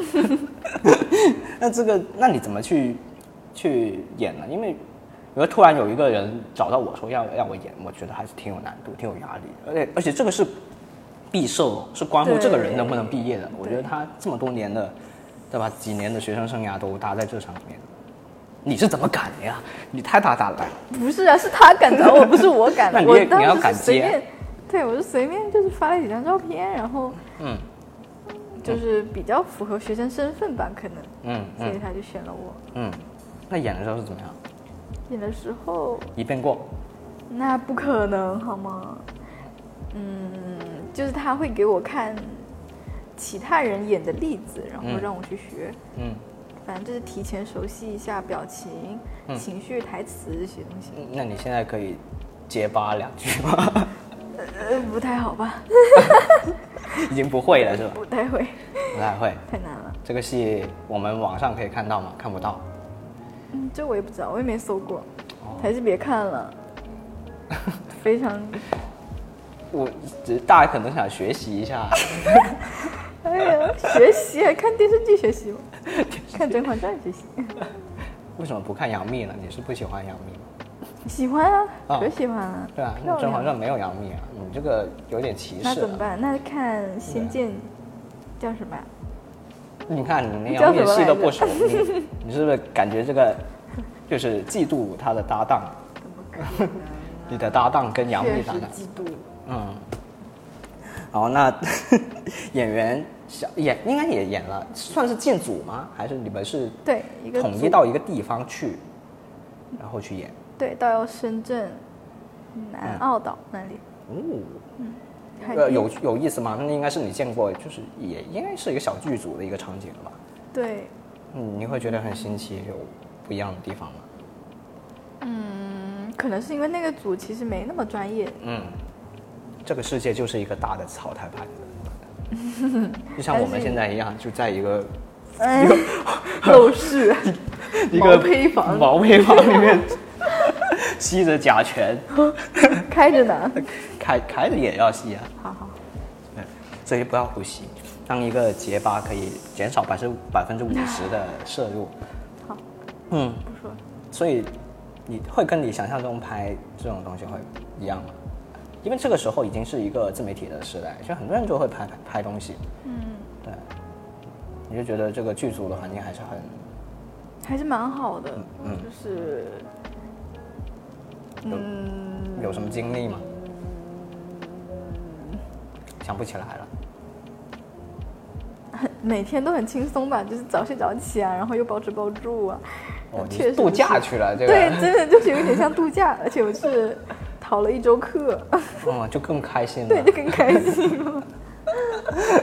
Speaker 1: 那这个，那你怎么去去演呢？因为如果突然有一个人找到我说要让我演，我觉得还是挺有难度，挺有压力的。而且而且这个是毕设哦，是关乎
Speaker 2: 对
Speaker 1: 这个人能不能毕业的。我觉得
Speaker 2: 对
Speaker 1: 他这么多年的，对吧？几年的学生生涯都搭在这上面，你是怎么敢的呀？你太大胆了。
Speaker 2: 不是啊，是他敢找我，不是我敢
Speaker 1: 那
Speaker 2: 的。
Speaker 1: 你
Speaker 2: 我
Speaker 1: 也
Speaker 2: 当
Speaker 1: 你要
Speaker 2: 时
Speaker 1: 敢
Speaker 2: 是随
Speaker 1: 接
Speaker 2: 便，对我就随便就是发了几张照片，然后
Speaker 1: 嗯
Speaker 2: 就是比较符合学生身份吧，可能，
Speaker 1: 嗯
Speaker 2: 所以
Speaker 1: 嗯
Speaker 2: 他就选了我。
Speaker 1: 嗯。那演的时候是怎么样？
Speaker 2: 演的时候，
Speaker 1: 一遍过？
Speaker 2: 那不可能好吗？嗯，就是他会给我看其他人演的例子，然后
Speaker 1: 嗯
Speaker 2: 让我去学，
Speaker 1: 嗯。
Speaker 2: 反正就是提前熟悉一下表情、
Speaker 1: 嗯
Speaker 2: 情绪、台词这些东西。
Speaker 1: 那你现在可以结巴两句吗？ *laughs*
Speaker 2: 呃，不太好吧？
Speaker 1: 已经不会了是吧？
Speaker 2: 不太会，
Speaker 1: 不太会。
Speaker 2: 太难了。
Speaker 1: 这个戏我们网上可以看到吗？看不到。
Speaker 2: 嗯，这我也不知道，我也没搜过，
Speaker 1: 哦
Speaker 2: 还是别看了。 *laughs* 非常，
Speaker 1: 我只大家可能想学习一下，
Speaker 2: 哎呀，学习还看电视剧
Speaker 1: *laughs*
Speaker 2: 学习吗？看《甄嬛传》学习，
Speaker 1: 为什么不看杨幂呢？你是不喜欢杨�幂吗？
Speaker 2: 喜欢啊，
Speaker 1: 啊
Speaker 2: 可喜欢啊，
Speaker 1: 对啊，那
Speaker 2: 漂
Speaker 1: 《甄嬛传》
Speaker 2: 亮。
Speaker 1: 没有杨幂啊，你这个有点歧视、啊。
Speaker 2: 那怎么？办？那看《仙剑》，叫什么呀？
Speaker 1: 你看你连
Speaker 2: 你
Speaker 1: 杨幂的
Speaker 2: 叫什么
Speaker 1: 戏
Speaker 2: 来
Speaker 1: 都不
Speaker 2: 着
Speaker 1: 熟，你你是不是感觉这个就是嫉妒她的搭档？
Speaker 2: 啊
Speaker 1: *laughs* 你的搭档跟杨幂
Speaker 2: 确实
Speaker 1: 搭档。
Speaker 2: 嫉妒。
Speaker 1: 嗯，好，那 *laughs* 演员小演应该也演了，算是建组吗？还是你们是
Speaker 2: 对，一个
Speaker 1: 统一
Speaker 2: 组
Speaker 1: 到一个地方去，然后去演？
Speaker 2: 对到深圳、南澳岛那里，
Speaker 1: 哦，
Speaker 2: 海
Speaker 1: 呃，
Speaker 2: 边
Speaker 1: 有有意思吗？那应该是你见过，就是也应该是一个小剧组的一个场景了吧？
Speaker 2: 对，
Speaker 1: 嗯，你会觉得很新奇，有不一样的地方吗？
Speaker 2: 嗯，嗯，可能是因为那个组其实没那么
Speaker 1: *laughs*
Speaker 2: 专业，
Speaker 1: 嗯，这个世界就是一个大的草台
Speaker 2: *laughs*
Speaker 1: 班子，就像我们现在一样，就在一个
Speaker 2: 哎，都是
Speaker 1: 一个
Speaker 2: 毛坯
Speaker 1: *laughs*
Speaker 2: 房
Speaker 1: 毛坯房里面吸着甲醛，
Speaker 2: *laughs* 开
Speaker 1: *laughs*
Speaker 2: 着呢。
Speaker 1: 开开着也要吸啊，
Speaker 2: 好好，
Speaker 1: 嗯，所以不要呼吸，让一个结巴可以减少百分百分之五十的摄入，
Speaker 2: 好，
Speaker 1: 嗯，
Speaker 2: 不说了。
Speaker 1: 所以你会跟你想象中拍这种东西会一样吗？因为这个时候已经是一个自媒体的时代，所以很多人就会拍拍东西，
Speaker 2: 嗯，
Speaker 1: 对，你就觉得这个剧组的环境还是很，
Speaker 2: 还是蛮好的，
Speaker 1: 嗯
Speaker 2: 就是，嗯，
Speaker 1: 有什么经历吗？想不起来了，
Speaker 2: 每天都很轻松吧，就是早睡早起啊，然后又包吃包住啊，
Speaker 1: 哦，你
Speaker 2: 确实
Speaker 1: 是度假
Speaker 2: 是
Speaker 1: 去了，这个，
Speaker 2: 对，真的就是有点像度假，而且我是逃了一周课，
Speaker 1: 哦，就更开心
Speaker 2: 对，
Speaker 1: 了
Speaker 2: 就。更开心了。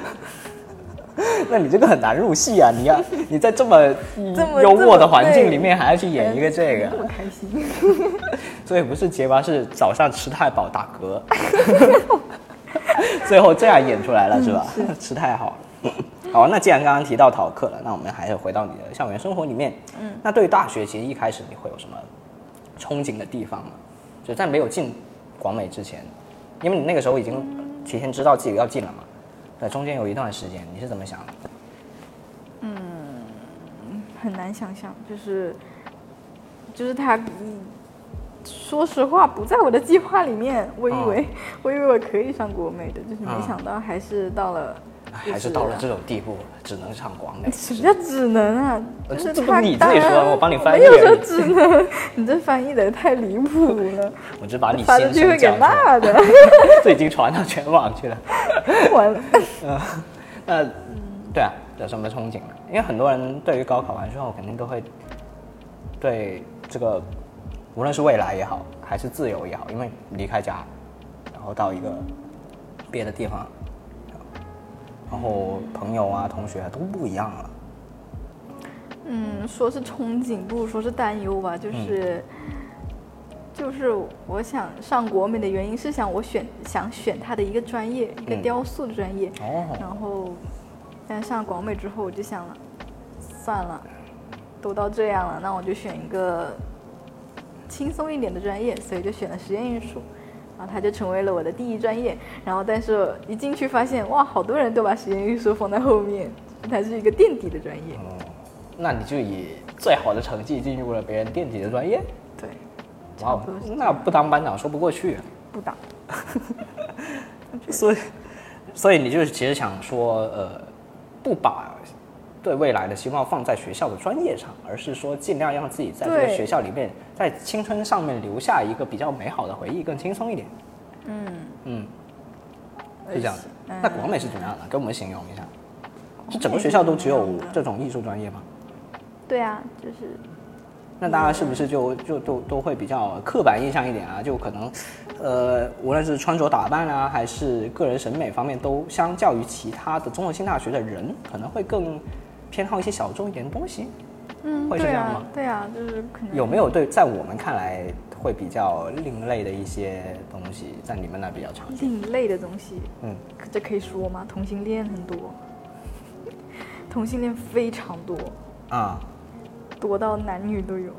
Speaker 1: *laughs* 那你这个很难入戏啊！你要你在这么
Speaker 2: *laughs* 这么
Speaker 1: 幽默
Speaker 2: 这
Speaker 1: 的
Speaker 2: 么
Speaker 1: 环境
Speaker 2: 对
Speaker 1: 里面，还要去 *laughs* 演一个这
Speaker 2: 这
Speaker 1: 个，
Speaker 2: 么开心，
Speaker 1: 所以不是结巴，是早上吃太饱打嗝，最后这样演出来了是吧？吃太好了。好，那既然刚刚提到逃课了，那我们还是回到你的校园生活里面。嗯，那对于大学，其实一开始你会有什么憧憬的地方吗？就在没有进广美之前，因为你那个时候已经提前知道自己要进了嘛。那中间有一段时间，你是怎么想的？
Speaker 2: 很难想象，就是，就是他，嗯说实话不在我的计划里面，我
Speaker 1: 哦
Speaker 2: 以为、我以为我可以上国美的，就是没
Speaker 1: 嗯
Speaker 2: 想到还是到
Speaker 1: 哎
Speaker 2: 了。
Speaker 1: 还是到了这种地步，只能上广
Speaker 2: *laughs*
Speaker 1: 美。
Speaker 2: 什么叫只能啊？
Speaker 1: 呃
Speaker 2: 就是
Speaker 1: 这这
Speaker 2: 他
Speaker 1: 不你
Speaker 2: 当
Speaker 1: 自己说
Speaker 2: 然
Speaker 1: 我帮你翻
Speaker 2: 没有
Speaker 1: 译而
Speaker 2: 说
Speaker 1: 已
Speaker 2: 只能， *laughs* 你这翻译的太离谱了，
Speaker 1: 我只把你
Speaker 2: 发出
Speaker 1: 先
Speaker 2: 去会
Speaker 1: 生
Speaker 2: 给
Speaker 1: 讲出来，
Speaker 2: 骂的。
Speaker 1: *laughs* 这已经传到全网去了。
Speaker 2: 完了，
Speaker 1: 那呃对啊，有什么憧憬吗？因为很多人对于高考完之后，肯定都会对这个，无论是未来也好，还是自由也好，因为离开家，然后到一个别的地方，然后朋友啊、同学啊都不一样了。
Speaker 2: *laughs* 嗯，说是憧憬，不如说是担忧
Speaker 1: 嗯
Speaker 2: 吧，就是。就是我想上国美的原因是想我选想选它的一个专业，一个
Speaker 1: 嗯
Speaker 2: 雕塑的专业，
Speaker 1: 哦，
Speaker 2: 然后，但上广美之后，我就想了，算了，都到这样了，那我就选一个轻松一点的专业，所以就选了实验艺术，然后它就成为了我的第一专业。然后，但是一进去发现，哇，好多人都把实验艺术放在后面，它是一个垫底的专业。
Speaker 1: 嗯那你就以最好的成绩进入了别人垫底的专业，
Speaker 2: 对，
Speaker 1: 哇哦
Speaker 2: 差不多是，这样
Speaker 1: 那不当班长说不过去、啊。
Speaker 2: 不打。
Speaker 1: 所以，所以你就是其实想说，呃，不把呃对未来的希望放在学校的专业上，而是说尽量让自己在这个
Speaker 2: 对
Speaker 1: 学校里面，在青春上面留下一个比较美好的回忆，更轻松一点。嗯嗯，是这样子。
Speaker 2: 嗯
Speaker 1: 那广美是怎么样的？给我们形容一下。是
Speaker 2: 美
Speaker 1: 整个学校都只
Speaker 2: 是
Speaker 1: 有
Speaker 2: 怎么样的
Speaker 1: 这种艺术专业吗？
Speaker 2: 对啊，就是
Speaker 1: 那大家是不是就就都都会比较刻板印象一点啊？就可能，呃，无论是穿着打扮啊，还是个人审美方面，都相较于其他的综合性大学的人，可能会更偏好一些小众一点的东西。
Speaker 2: 嗯，
Speaker 1: 会是
Speaker 2: 对
Speaker 1: 这样
Speaker 2: 啊
Speaker 1: 吗，
Speaker 2: 对啊，就是可能
Speaker 1: 有没有对在我们看来会比较另类的一些东西，在你们那比较常见？
Speaker 2: 另类的东西，
Speaker 1: 嗯，
Speaker 2: 可这可以说吗？同性恋很多， *laughs* 同性恋非常多，
Speaker 1: 啊，
Speaker 2: 多到男女都有，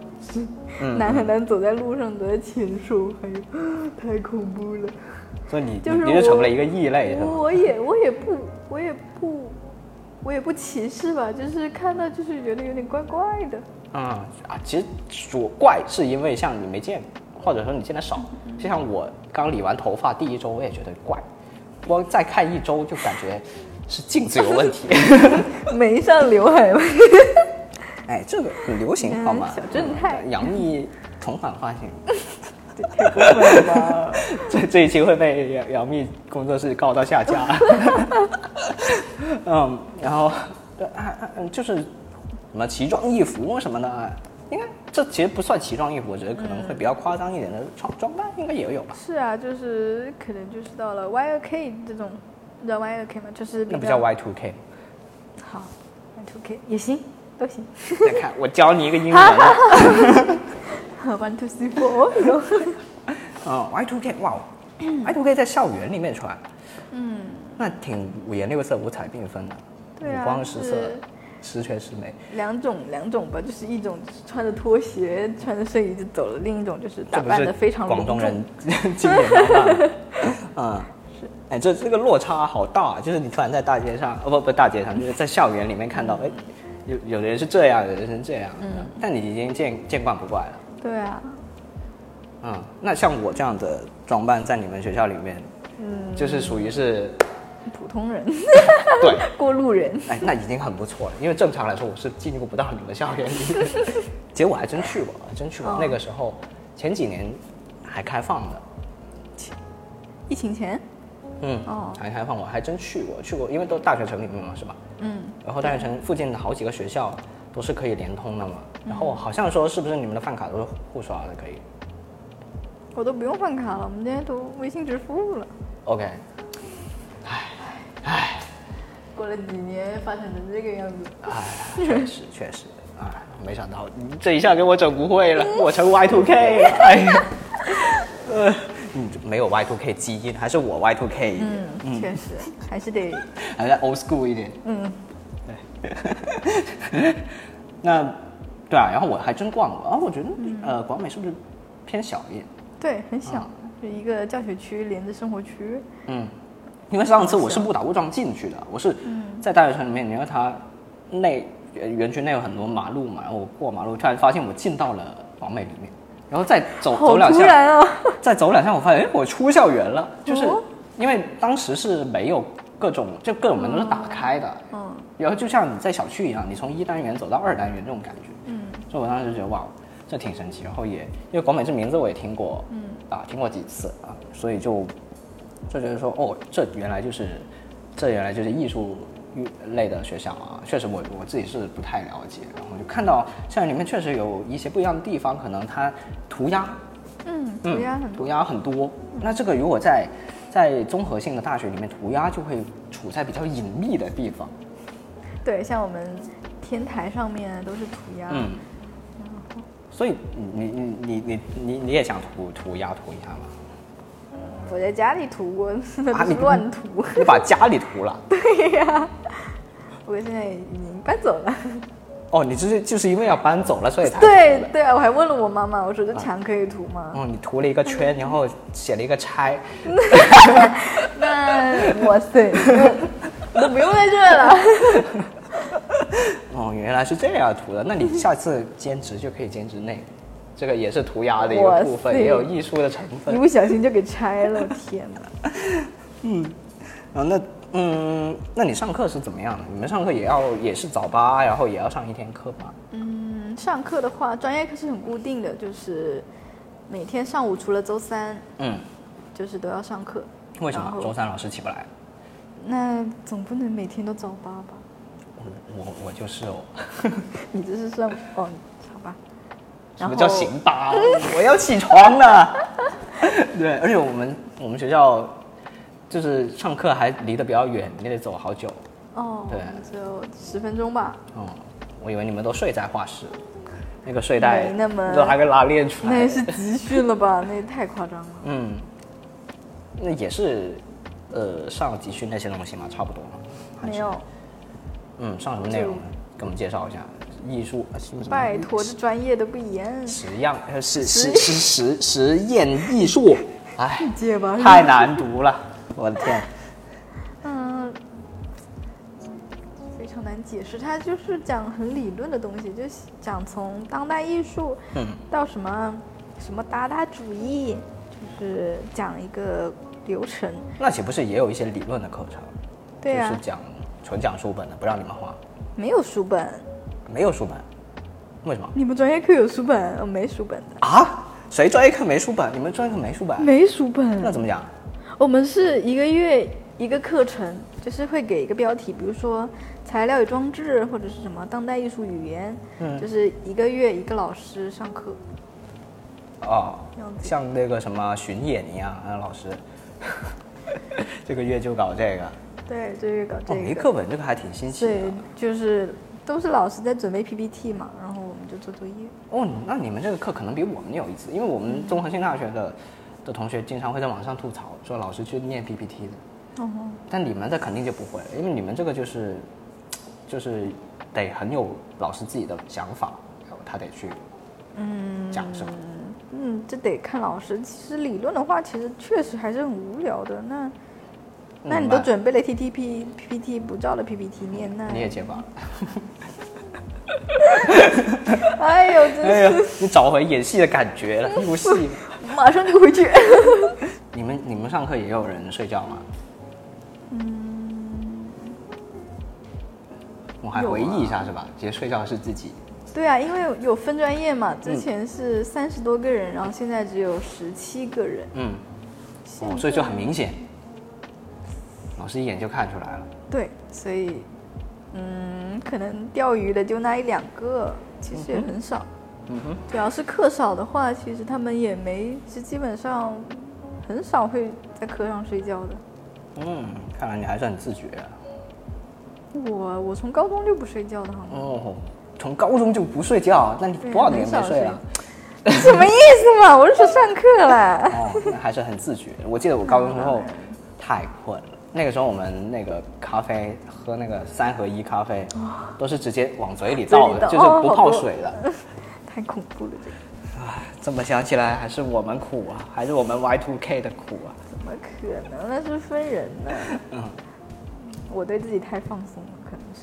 Speaker 1: 嗯
Speaker 2: 男和男走在路上都在牵手，还有 *gasps* 太恐怖了。
Speaker 1: 所以你
Speaker 2: 就是
Speaker 1: 你就成
Speaker 2: 我
Speaker 1: 了一个异类是吗？
Speaker 2: 我也我也不我也不我也不歧视吧，就是看到就是觉得有点怪怪
Speaker 1: *laughs*
Speaker 2: 的。
Speaker 1: 嗯啊，其实所怪是因为像你没见，或者说你见的少。就像我刚理完头发第一周，我也觉得怪，光再看一周就感觉是镜子有问题。
Speaker 2: 没上刘海吧？
Speaker 1: 哎，这个很流行好吗？
Speaker 2: 嗯小正太
Speaker 1: 嗯杨幂重返发
Speaker 2: *laughs*
Speaker 1: 型，
Speaker 2: 对，太过分了吧？
Speaker 1: 这这一期会被杨杨幂工作室告到下
Speaker 2: *laughs*
Speaker 1: 架。嗯，然后对啊啊嗯就是什么奇装异服什么的，哎应该这其实不算奇装异服，我觉得可能会比较夸张一
Speaker 2: 嗯
Speaker 1: 点的装装扮应该也有吧。
Speaker 2: 是啊，就是可能就是到了 Y 2 K 这种，你知道 Y 2 K 吗？就是比
Speaker 1: 那
Speaker 2: 较
Speaker 1: 不叫 Y two
Speaker 2: *laughs*
Speaker 1: K。
Speaker 2: 好，Y 2 K 也行，都行。 *laughs*
Speaker 1: 再看，我教你一个英文。
Speaker 2: one two three four，
Speaker 1: 哦，Y two K，哇哦，Y
Speaker 2: 嗯
Speaker 1: two K 在校园里面穿，嗯，那挺五颜六色、五彩缤纷的，
Speaker 2: 对啊
Speaker 1: 五光十色
Speaker 2: 是，
Speaker 1: 十全十美。
Speaker 2: 两种两种吧，就是一种就是穿着拖鞋穿着睡衣就走了，另一种就是打
Speaker 1: 这不
Speaker 2: 扮
Speaker 1: 是
Speaker 2: 的非常
Speaker 1: 广
Speaker 2: 隆
Speaker 1: 东
Speaker 2: 重。
Speaker 1: 人 *laughs* 经典打
Speaker 2: *laughs*
Speaker 1: 扮啊。是，哎，这这个落差好大，就是你突然在大街上，哦不不，大街上就是在校园里面看到，哎，有有的人是这样，有的人是这样，嗯，但你已经见见惯不怪了。
Speaker 2: 对啊，
Speaker 1: 嗯，那像我这样的装扮，在你们学校里面，嗯，就是属于
Speaker 2: *laughs*
Speaker 1: 是，
Speaker 2: 普通
Speaker 1: *laughs*
Speaker 2: 人
Speaker 1: 对，
Speaker 2: 过路人，
Speaker 1: 哎，那已经很不错了，因为正常来说我是进入不到你们校园里面，
Speaker 2: *laughs*
Speaker 1: 结果还真去过，还真去过。
Speaker 2: 哦
Speaker 1: 那个时候前几年还开放的，
Speaker 2: 疫情前，
Speaker 1: 嗯，
Speaker 2: 哦
Speaker 1: 还开放我还真去过，去过，因为都大学城里面嘛，是吧？
Speaker 2: 嗯，
Speaker 1: 然后大学城附近的好几个学校都是可以联通的嘛。然
Speaker 2: 嗯
Speaker 1: 后好像说是不是你们的饭卡都是互刷的，可以
Speaker 2: 我都不用办卡了，我们今天都微信支付了。
Speaker 1: ？OK，
Speaker 2: 过了几年发展成这个样子，
Speaker 1: 哎，确实确实，哎，没想到你这一下给我整不会了，我成 Y two
Speaker 2: *laughs*
Speaker 1: K，了哎呀，呃，你没有 Y two K 基因，还是我 Y two K 一点，
Speaker 2: 嗯，确实还是得
Speaker 1: 还是 old school 一点。
Speaker 2: 嗯，
Speaker 1: *laughs* 那对啊，然后我还真逛过啊，我觉得、呃，广美是不是偏小一点？
Speaker 2: 对，很小，就一个教学区连着生活区，
Speaker 1: 嗯，因为上次我是误打误撞进
Speaker 2: 嗯
Speaker 1: 去的，我是在大学城里面，因为它内呃园区内有很多马路嘛，然后我过马路，突然发现我进到了广美里面，然后再走走
Speaker 2: 好
Speaker 1: 两
Speaker 2: 突
Speaker 1: 下，
Speaker 2: 然啊！
Speaker 1: 再走两下，我发现哎，我出校园了，就是
Speaker 2: 哦
Speaker 1: 因为当时是没有各种就各种门都是打开的，
Speaker 2: 嗯
Speaker 1: 然后就像你在小区一样，你从一单元走到二单元这种感觉，
Speaker 2: 嗯
Speaker 1: 所以我当时就觉得哇，这挺神奇。然后也因为广美这名字我也听过，嗯，啊，听过几次啊，所以就就觉得说哦，这原来就是这原来就是艺术类的学校啊。确实我我自己是不太了解，然后就看到校园里面确实有一些不一样的地方，可能它涂鸦
Speaker 2: 嗯，涂鸦很
Speaker 1: 涂
Speaker 2: 多，
Speaker 1: 鸦很多。那这个如果在在综合性的大学里面，涂鸦就会处在比较隐秘的地方。
Speaker 2: 对，像我们天台上面都是涂鸦，
Speaker 1: 嗯，所以嗯你你你你你你也想涂涂鸦涂一下吗？
Speaker 2: 我在家里涂
Speaker 1: *laughs*
Speaker 2: 过，
Speaker 1: 啊
Speaker 2: 那
Speaker 1: 你
Speaker 2: 是乱涂，
Speaker 1: *laughs* 你把家里涂了？
Speaker 2: 我现在已经搬走了。
Speaker 1: *laughs* 哦，你就是就是因为要搬走了，所以才涂
Speaker 2: 对
Speaker 1: 的。
Speaker 2: 对啊，我还问了我妈妈，我说这墙可以涂吗？
Speaker 1: 哦，你涂了一个圈，然后写了一个拆，啊
Speaker 2: 那哇
Speaker 1: *laughs*
Speaker 2: 塞，都不用在这儿了。
Speaker 1: 哦，原来是这样涂的。那你下次兼职就可以兼职那个，这个也是涂鸦的一
Speaker 2: 哇
Speaker 1: 个
Speaker 2: 塞
Speaker 1: 部分，也有艺术的成
Speaker 2: 一
Speaker 1: 分。
Speaker 2: 不小心就给拆了，天哪！
Speaker 1: 啊，那嗯，那你上课是怎么样的？你们上课也要也是早八，然后也要上一天课吗？
Speaker 2: 嗯，上课的话，专业课是很固定的，就是每天上午除了周三，
Speaker 1: 嗯，
Speaker 2: 就是都要上课。
Speaker 1: 为什么
Speaker 2: 然后
Speaker 1: 周三老师起不来？
Speaker 2: 那总不能每天都早八
Speaker 1: 我
Speaker 2: 吧？
Speaker 1: 我我就是哦。
Speaker 2: 你这是上哦，好吧。
Speaker 1: 什
Speaker 2: 然
Speaker 1: 么
Speaker 2: 后
Speaker 1: 叫行吧？ *laughs* 我要起床 *laughs* 了。对，而且我们我们学校就是上课还离得比较远，你得走好久。
Speaker 2: 哦，
Speaker 1: 对
Speaker 2: 只有十分钟吧，
Speaker 1: 嗯，我以为你们都睡在画室，那个睡袋
Speaker 2: 没那么
Speaker 1: 都还没拉链出来。
Speaker 2: 那也是集训了吧？那也太夸张了。
Speaker 1: 嗯，那也是呃上集训那些东西嘛，差不多嘛。还是
Speaker 2: 没有，
Speaker 1: 嗯，上什么内容呢？给我们介绍一下。艺术，啊什么什么
Speaker 2: 拜托，这专业的不严，
Speaker 1: 实样呃实实实实实验艺
Speaker 2: *laughs*
Speaker 1: 术，哎，
Speaker 2: 借吧。
Speaker 1: 太难读了，我的天。
Speaker 2: 嗯，非常难解释。它就是讲很理论的东西，就讲从当代艺术
Speaker 1: 嗯
Speaker 2: 到什么、什么达达主义，就是讲一个流程。
Speaker 1: 那岂不是也有一些理论的课程？
Speaker 2: 对啊
Speaker 1: 就是讲纯讲书本的，不让你们画，
Speaker 2: 没有书本，
Speaker 1: 没有书本，为什么
Speaker 2: 你们专业课有书本？我没书本的，
Speaker 1: 啊？谁专业课没书本？你们专业课没书本？
Speaker 2: 没书
Speaker 1: 那
Speaker 2: 本。
Speaker 1: 怎么讲？
Speaker 2: 我们是一个月一个课程，就是会给一个标题，比如说材料与装置，或者是什么当代艺术语言，
Speaker 1: 嗯
Speaker 2: 就是一个月一个老师上课。
Speaker 1: 哦
Speaker 2: 这样，子
Speaker 1: 像那个什么巡演一样，啊，老师， *laughs* 这个月就搞这个。
Speaker 2: 对，就是搞这
Speaker 1: 哦，
Speaker 2: 个。
Speaker 1: 没课本这个还挺新奇的
Speaker 2: 对。，就是都是老师在准备 PPT 嘛，然后我们就做作业。
Speaker 1: 哦，那你们这个课可能比我们有意思，因为我
Speaker 2: 嗯
Speaker 1: 们中恒信大学的的同学经常会在网上吐槽说老师去念 PPT 的，
Speaker 2: 哦，
Speaker 1: 但你们的肯定就不会，因为你们这个就是就是得很有老师自己的想法，然后他得去嗯讲什么。
Speaker 2: 嗯，这得看老师。其实理论的话，其实确实还是很无聊的。那那你
Speaker 1: 嗯明
Speaker 2: 都
Speaker 1: 白嗯
Speaker 2: 准备了 T T P P P T，不照了 P P T 念，那
Speaker 1: 你也结巴
Speaker 2: *laughs*
Speaker 1: 了，
Speaker 2: 哎呦，
Speaker 1: 哎
Speaker 2: 真
Speaker 1: 呀
Speaker 2: 是、，
Speaker 1: 你找回演戏的感觉了，入戏了。
Speaker 2: 马上就回去。
Speaker 1: 你们你们上课也有人睡觉吗？嗯，我还
Speaker 2: 有啊
Speaker 1: 回忆一下是吧？其实睡觉是自己，
Speaker 2: 对啊，因为有有分专业嘛，
Speaker 1: 嗯
Speaker 2: 之前是三十多个人，然后现在只有十七个人。
Speaker 1: 嗯，哦，所以就很明显，老师一眼就看出来了。
Speaker 2: 对，所以嗯，可能钓鱼的就那一两个，其实也很少。
Speaker 1: 嗯哼，
Speaker 2: 主要是课少的话，其实他们也没，就基本上很少会在课上睡觉的。
Speaker 1: 嗯，看来你还是很自觉啊。
Speaker 2: 我我从高中就不睡觉的，好
Speaker 1: *laughs*
Speaker 2: 吗？
Speaker 1: 哦，从高中就不睡觉，那你
Speaker 2: 对
Speaker 1: 多少年
Speaker 2: 很少
Speaker 1: 没睡了？
Speaker 2: 什么意思嘛？我是说上课啦。 *laughs*
Speaker 1: 哦，那还是很自觉。我记得我高中时候太困了，那个时候我们那个咖啡喝那个三合一咖啡，都是直接往嘴里倒的，
Speaker 2: 啊嘴里倒
Speaker 1: 就是不
Speaker 2: 哦
Speaker 1: 泡
Speaker 2: 好多
Speaker 1: 水的。
Speaker 2: 太恐怖了，这个
Speaker 1: 这么想起来，还是我们苦啊，还是我们 Y two K 的苦啊。
Speaker 2: 怎么可能？那是分人的。我对自己太放松了，可能是。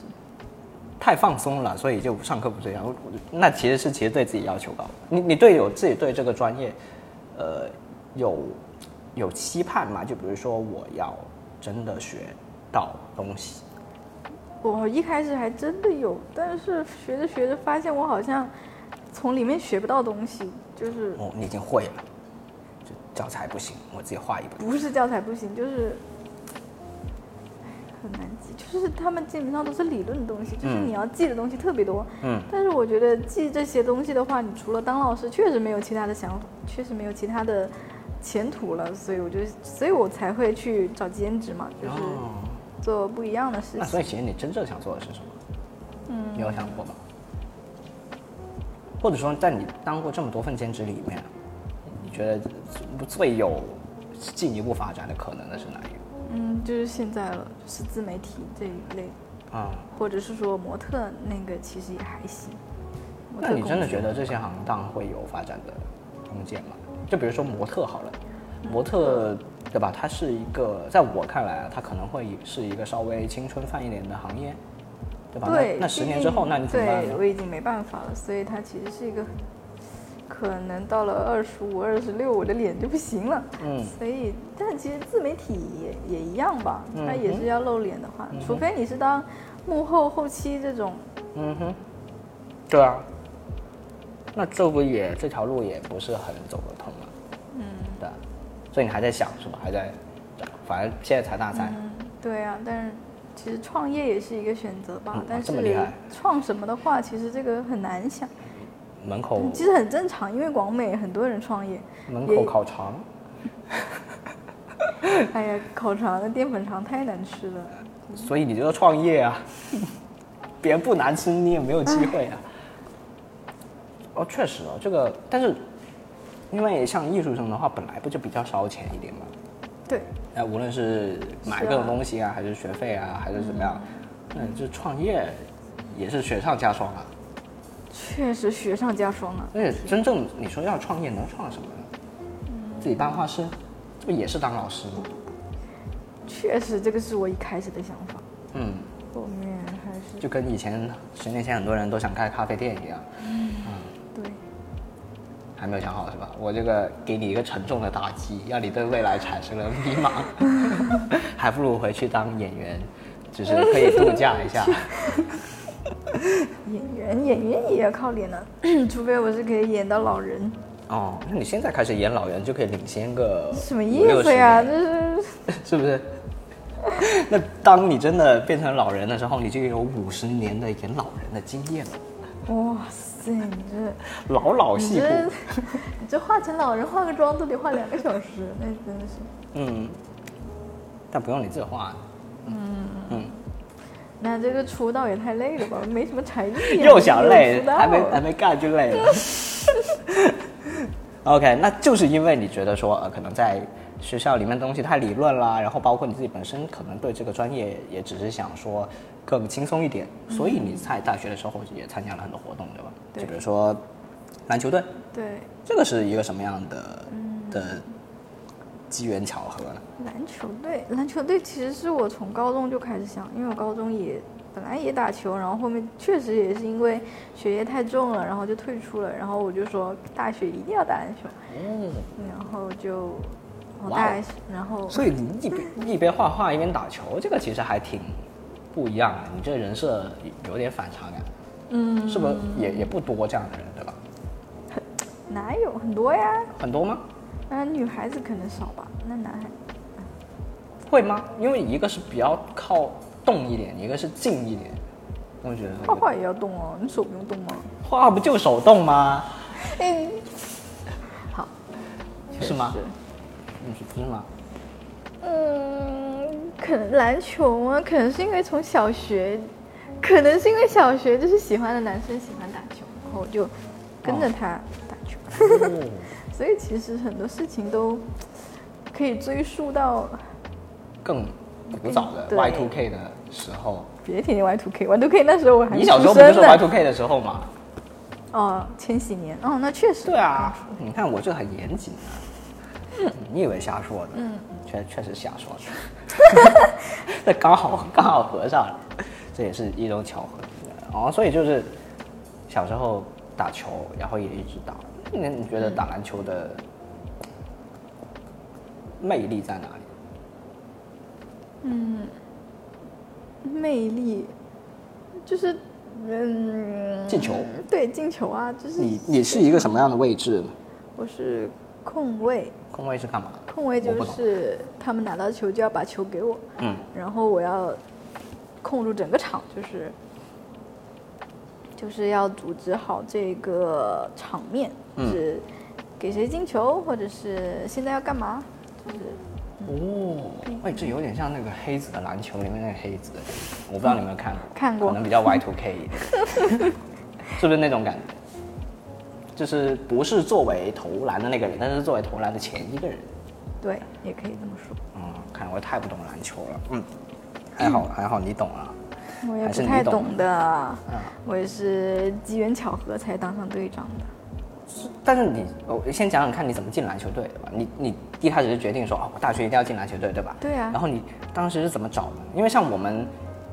Speaker 1: 太放松了，所以就上课不睡觉。我我那其实是其实对自己要求高。你你对有自己对这个专业，呃，有有期盼吗？就比如说我要真的学到东西，
Speaker 2: 我一开始还真的有，但是学着学着发现我好像从里面学不到东西，就是
Speaker 1: 哦，你已经会了，就教材不行，我自己画一本。
Speaker 2: 不是教材不行，就是哎很难记，就是他们基本上都是理论的东西，就是
Speaker 1: 嗯
Speaker 2: 你要记的东西特别多。
Speaker 1: 嗯
Speaker 2: 但是我觉得记这些东西的话，你除了当老师，确实没有其他的想法，确实没有其他的前途了。所以我就，所以我才会去找兼职嘛，就是
Speaker 1: 哦，
Speaker 2: 做不一样的事
Speaker 1: 那
Speaker 2: 情。
Speaker 1: 所以其实你真正想做的是什么？嗯，你有想过吗？或者说，在你当过这么多份兼职里面，你觉得最有进一步发展的可能的是哪一个？
Speaker 2: 嗯，就是现在了，就是自媒体这一类，
Speaker 1: 啊、
Speaker 2: 或者是说模特那个，其实也还行。模特
Speaker 1: 那你真的
Speaker 2: 公
Speaker 1: 觉
Speaker 2: 司
Speaker 1: 得这些行当会有发展的空间吗？就比如说模特好了，
Speaker 2: 嗯
Speaker 1: 模特对吧？它是一个，在我看来啊，它可能会是一个稍微青春饭一点的行业，对吧？
Speaker 2: 对，
Speaker 1: 那那
Speaker 2: 毕
Speaker 1: 十年之
Speaker 2: 竟
Speaker 1: 后，那你怎么办
Speaker 2: 对
Speaker 1: 呢
Speaker 2: 我？已经没办法了，所以它其实是一个，可能到了二十五、二十六，我的脸就不行了。
Speaker 1: 嗯
Speaker 2: 所以，但其实自媒体也也一样吧，它
Speaker 1: 嗯
Speaker 2: 也
Speaker 1: 哼
Speaker 2: 是要露脸的话，除非你是当幕后后期这种，
Speaker 1: 嗯哼，对啊，那这不也这条路也不是很走得通嘛。嗯，对啊，所以你还在想是吧？还在，啊反正现在才大三，
Speaker 2: 嗯，对啊，但是其实创业也是一个选择吧，
Speaker 1: 嗯
Speaker 2: 但
Speaker 1: 这么厉
Speaker 2: 是
Speaker 1: 害
Speaker 2: 创什么的话，其实这个很难想，
Speaker 1: 门口
Speaker 2: 嗯其实很正常，因为广美很多人创业，
Speaker 1: 门
Speaker 2: 也
Speaker 1: 口烤肠，
Speaker 2: 哎呀，烤肠的淀粉肠太难吃了。
Speaker 1: 所以你就要创业
Speaker 2: *laughs*
Speaker 1: 啊，别人不难吃你也没有机会啊。哦，确实哦，这个但是因为像艺术生的话，本来不就比较烧钱一点嘛。
Speaker 2: 对，
Speaker 1: 哎，无论是买
Speaker 2: 是啊嗯
Speaker 1: 各种东西啊，还是学费啊，还是怎么样，那就创业也是雪上加霜啊。
Speaker 2: 确实雪上加霜啊。
Speaker 1: 而且真正你说要创业，能创什么呢？自己当画师，这不也是当老师吗？
Speaker 2: 确实，这个是我一开始的想法，
Speaker 1: 嗯，
Speaker 2: 后面还是
Speaker 1: 就跟以前十年前很多人都想开咖啡店一样，
Speaker 2: 对。
Speaker 1: 还没有想好是吧？我这个给你一个沉重的打击，让你对未来产生了迷茫， *laughs* 还不如回去当演员，只是可以度假一下。
Speaker 2: 演员，演员也要靠脸 *clears throat* 的、除非我是可以演到老人。
Speaker 1: 哦，那你现在开始演老人就可以领先个
Speaker 2: 什么
Speaker 1: 五
Speaker 2: 意
Speaker 1: 六十
Speaker 2: 思呀？
Speaker 1: 年
Speaker 2: 这是
Speaker 1: *laughs* 是不是？那当你真的变成老人的时候，你就有五十年的演老人的经验了，
Speaker 2: 哇塞，你这
Speaker 1: 老老
Speaker 2: 你
Speaker 1: 戏骨。
Speaker 2: 这你这化成老人化个妆都得化两个小时，那真的是。
Speaker 1: 嗯，但不用你自己画。嗯嗯，
Speaker 2: 那这个出道也太累了吧，没什么才 *laughs* 艺、啊。
Speaker 1: 又想累，
Speaker 2: 出道
Speaker 1: 还没还没干就累了。OK，那就是因为你觉得说，呃，可能在学校里面东西太理论啦，然后包括你自己本身可能对这个专业也只是想说更轻松一点，所以你在大学的时候也参加了很多活动，对吧？
Speaker 2: 对
Speaker 1: 就比如说篮球队，
Speaker 2: 对，
Speaker 1: 这个是一个什么样的的机缘巧合呢？
Speaker 2: 篮球队，篮球队其实是我从高中就开始想，因为我高中也本来也打球，然后后面确实也是因为学业太重了，然后就退出了，然后我就说大学一定要打篮球，然后就
Speaker 1: 哇
Speaker 2: 我
Speaker 1: 哦
Speaker 2: 大学，然后
Speaker 1: 所以你一边一边画画一边打球，这个其实还挺不一样的。你这人设有点反差感，
Speaker 2: 嗯，
Speaker 1: 是不是也也不多这样的人，对吧？
Speaker 2: 哪有很多呀？
Speaker 1: 很多吗？
Speaker 2: 嗯，女孩子可能少吧，那男孩
Speaker 1: 会吗？因为一个是比较靠动一点，一个是静一点。我觉得
Speaker 2: 画画也要动哦，你手不用动吗？
Speaker 1: 画不就手动吗？
Speaker 2: 嗯，好，
Speaker 1: 是吗
Speaker 2: 确实？
Speaker 1: 嗯，是不是
Speaker 2: *laughs*
Speaker 1: 吗？
Speaker 2: 嗯，可能篮球啊，可能是因为从小学，可能是因为小学就是喜欢的男生喜欢打球，然后我就跟着他打球，
Speaker 1: 哦
Speaker 2: 所以其实很多事情都可以追溯到，
Speaker 1: 更古早的
Speaker 2: 对
Speaker 1: Y two K 的时候，
Speaker 2: 别提 Y two K，Y two K 那时候我还
Speaker 1: 你小时候不
Speaker 2: 出生
Speaker 1: 就是 Y
Speaker 2: 呢
Speaker 1: two K 的时候吗？
Speaker 2: 哦，千禧年哦，那确实
Speaker 1: 对啊，你看我这很严谨啊。你以为瞎说的？嗯，确确实瞎说的。 *laughs* 那刚好刚好合上了，这也是一种巧合。哦，所以就是小时候打球，然后也一直打。那你觉得打篮球的魅力在哪里？
Speaker 2: 魅力，就是嗯，
Speaker 1: 进球
Speaker 2: 对进球啊，就是
Speaker 1: 你你是一个什么样的位置？
Speaker 2: 我是控卫，
Speaker 1: 空位是干嘛的？
Speaker 2: 控卫就
Speaker 1: 我不懂
Speaker 2: 是他们拿到球就要把球给我，
Speaker 1: 嗯，
Speaker 2: 然后我要控住整个场，就是就是要组织好这个场面，
Speaker 1: 嗯
Speaker 2: 就是给谁进球，或者是现在要干嘛，就是
Speaker 1: 哦，哎，这有点像那个黑子的篮球里面那个黑子的，我不知道你有没有看过，
Speaker 2: 看过
Speaker 1: 可能比较 Y two K 一点，
Speaker 2: *laughs*
Speaker 1: 是不是那种感觉？就是不是作为投篮的那个人，但是作为投篮的前一个人。
Speaker 2: 对，也可以这么说。
Speaker 1: 嗯，看来我太不懂篮球了。嗯，还好还好你懂啊。
Speaker 2: 我也
Speaker 1: 还
Speaker 2: 不
Speaker 1: 是你
Speaker 2: 太
Speaker 1: 懂
Speaker 2: 懂的，
Speaker 1: 嗯
Speaker 2: 我也是机缘巧合才当上队长的。
Speaker 1: 但是你，我先讲讲看你怎么进篮球队的吧。你你一开始就决定说，哦，我大学一定要进篮球队，对吧？
Speaker 2: 对啊
Speaker 1: 然后你当时是怎么找的？因为像我们，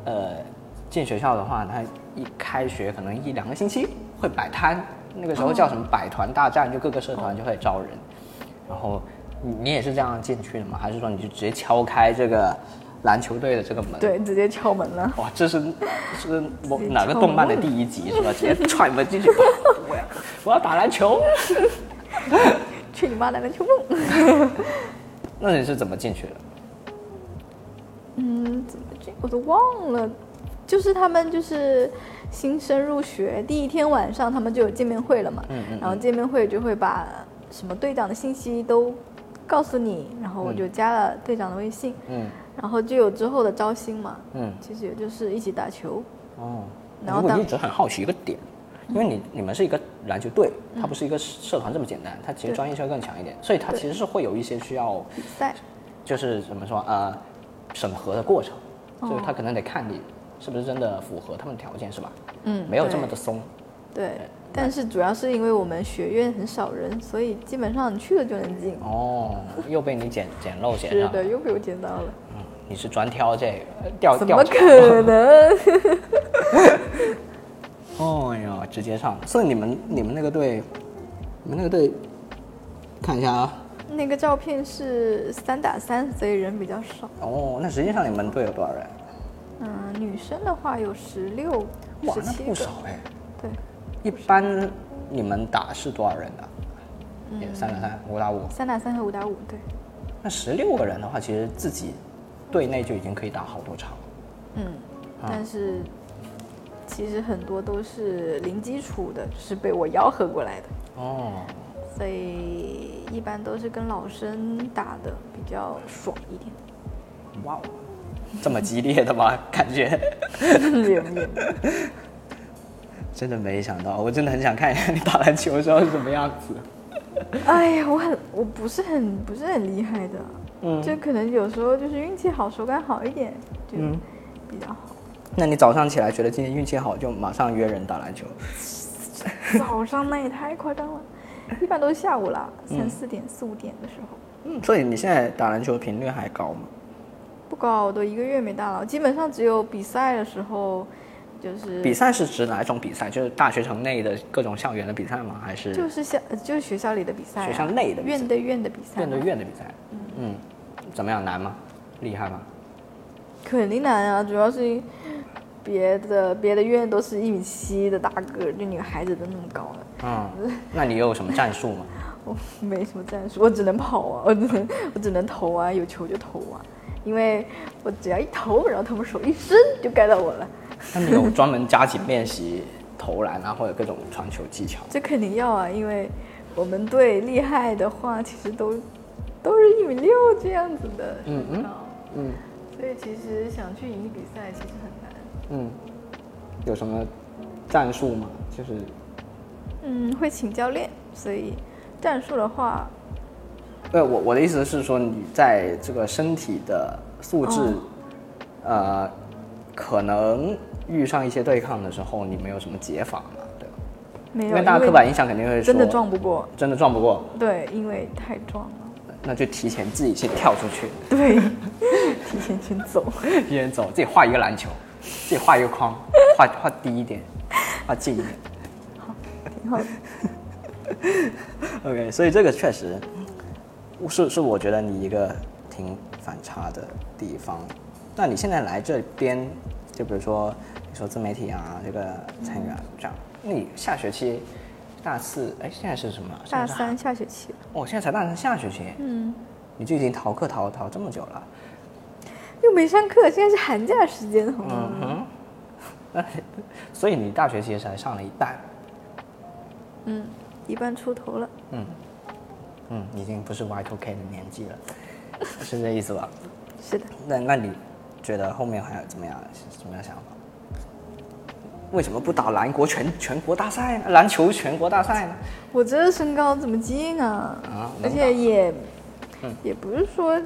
Speaker 1: 呃，进学校的话，他一开学可能一两个星期会摆摊，那个时候叫什么百团大战，就各个社团就会招人。然后你你也是这样进去的吗？还是说你就直接敲开这个篮球队的这个门？。
Speaker 2: 对，直接敲门了。
Speaker 1: 哇，这是这是某
Speaker 2: 直接
Speaker 1: 哪个动漫的第一集是吧？
Speaker 2: *laughs*
Speaker 1: 直接踹门进去，哇我要我要打篮球。
Speaker 2: 去你妈的篮球梦！
Speaker 1: 那你是怎么进去的？
Speaker 2: 嗯，怎么这我都忘了，就是他们就是新生入学第一天晚上，他们就有见面会了嘛。
Speaker 1: 嗯嗯
Speaker 2: 然后见面会就会把什么队长的信息都告诉你，然后我就加了队长的微信，
Speaker 1: 嗯
Speaker 2: 然后就有之后的招新嘛。
Speaker 1: 嗯，
Speaker 2: 其实也就是一起打球。
Speaker 1: 哦。
Speaker 2: 然后
Speaker 1: 如果
Speaker 2: 当
Speaker 1: 你一直很好奇一个点，因为你你们是一个篮球队，它不是一个社团这么简单，它其实
Speaker 2: 对
Speaker 1: 专业性会更强一点，所以它
Speaker 2: 对
Speaker 1: 其实是会有一些需要，
Speaker 2: 比赛
Speaker 1: 就是怎么说呃，审核的过程，就是他
Speaker 2: 哦
Speaker 1: 可能得看你是不是真的符合他们的条件，是吧？
Speaker 2: 嗯
Speaker 1: 没有这
Speaker 2: 对
Speaker 1: 么嗯的松。
Speaker 2: 对，但是主要是因为我们学院很少人，所以基本上你去了就能进。
Speaker 1: 哦，啊又被你捡捡漏捡
Speaker 2: 是
Speaker 1: 上
Speaker 2: 的，
Speaker 1: 了，
Speaker 2: 又被我捡到了，
Speaker 1: 你是专挑这呃个调
Speaker 2: 怎
Speaker 1: 调
Speaker 2: 么
Speaker 1: 查
Speaker 2: 可能？
Speaker 1: 哦呀，直接上！所以你们你们那个队，你们那个队，看一下啊。
Speaker 2: 那个照片是三打三，所以人比较少。
Speaker 1: 哦，那实际上你们队有多少人？
Speaker 2: 嗯，女生的话有十六、
Speaker 1: 哇
Speaker 2: 十，
Speaker 1: 那
Speaker 2: 七
Speaker 1: 不
Speaker 2: 个，
Speaker 1: 少哎。
Speaker 2: 对，
Speaker 1: 一般你们打是多少人的？也三打三，五打五。
Speaker 2: 三打三和五打五，对，
Speaker 1: 那十六个人的话，其实自己队内就已经可以打好多场了。
Speaker 2: 嗯，
Speaker 1: 啊
Speaker 2: 但是其实很多都是零基础的，就是被我吆喝过来的，
Speaker 1: 哦，
Speaker 2: 所以
Speaker 1: *laughs*
Speaker 2: 一般都是跟老生打的比较爽一点。
Speaker 1: 哇哦，这么激烈的吗？ *laughs* 感觉
Speaker 2: 也也
Speaker 1: 真的没想到，我真的很想看一下你打篮球的时候是什么样子。
Speaker 2: 哎呀，我很我不是很不是很厉害的，啊
Speaker 1: 嗯
Speaker 2: 就可能有时候就是运气好，手感好一点，就
Speaker 1: 嗯
Speaker 2: 比较好。
Speaker 1: 那你早上起来觉得今天运气好，就马上约人打篮球？
Speaker 2: *laughs* 早上那也太夸张了，一般都是下午啦，三四点、四五点的时候。
Speaker 1: 嗯，所以你现在打篮球频率还高吗？
Speaker 2: 不高，我都一个月没打了，基本上只有比赛的时候，就是
Speaker 1: 比赛是指哪一种比赛？就是大学城内的各种校园的比赛吗？还是
Speaker 2: 就是校呃就是学校里的比赛啊、
Speaker 1: 学校内的比赛
Speaker 2: 院对院的比赛嘛，啊
Speaker 1: 院对院的比赛？嗯，怎么样？难吗？厉害吗？
Speaker 2: 肯定难啊，主要是别的别的院都是一米七的大个儿，就女孩子都那么高了，
Speaker 1: 嗯，那你有什么战术吗？
Speaker 2: 我没什么战术，我只能跑啊，我只能我只能投啊，有球就投啊，因为我只要一投，然后他们手一伸就盖到我了，
Speaker 1: 那你有专门加紧练习投篮啊，或者各种传球技巧？
Speaker 2: 这肯定要啊，因为我们队厉害的话，其实都都是一米六这样子的
Speaker 1: 嗯
Speaker 2: 身高，
Speaker 1: 嗯
Speaker 2: 所以其实想去赢比赛其实很难。
Speaker 1: 嗯，有什么战术吗？就是
Speaker 2: 嗯，会请教练，所以战术的话，
Speaker 1: 对呃我我的意思是说，你在这个身体的素质，呃，可能遇上一些对抗的时候，你们有什么解法吗？对吧？
Speaker 2: 没有，
Speaker 1: 因为大家刻板印象肯定会说
Speaker 2: 真的撞不过，
Speaker 1: 真的撞不过，
Speaker 2: 对，因为太壮了，
Speaker 1: 那就提前自己先跳出去，
Speaker 2: 对， *laughs* 提前先走，
Speaker 1: 一人走，自己画一个篮球，自己画一个框， *laughs* 画画低一点，画近一点。
Speaker 2: 挺好的。
Speaker 1: *laughs* OK，所以这个确实是是我觉得你一个挺反差的地方。那你现在来这边，就比如说你说自媒体啊，这个参与啊这样，那你下学期大四，哎，现在是什么？现在
Speaker 2: 大
Speaker 1: 是
Speaker 2: 三下学期，
Speaker 1: 哦，现在才大三下学期，
Speaker 2: 嗯，
Speaker 1: 你就已经逃课逃逃这么久了。
Speaker 2: 又没上课，现在是寒假时间，好吗？
Speaker 1: 嗯哼，那所以你大学其实才上了一半，
Speaker 2: 嗯，一半出头了，
Speaker 1: 嗯嗯，已经不是 Y2K 的年纪了，是这意思吧？ *laughs*
Speaker 2: 是的。
Speaker 1: 那那你觉得后面还有怎么样？是什么样想法？为什么不打篮国全全国大赛呢？篮球全国大赛呢？
Speaker 2: 我这身高怎么进啊？
Speaker 1: 啊能
Speaker 2: 而
Speaker 1: 打
Speaker 2: 且也、
Speaker 1: 嗯
Speaker 2: 也不是说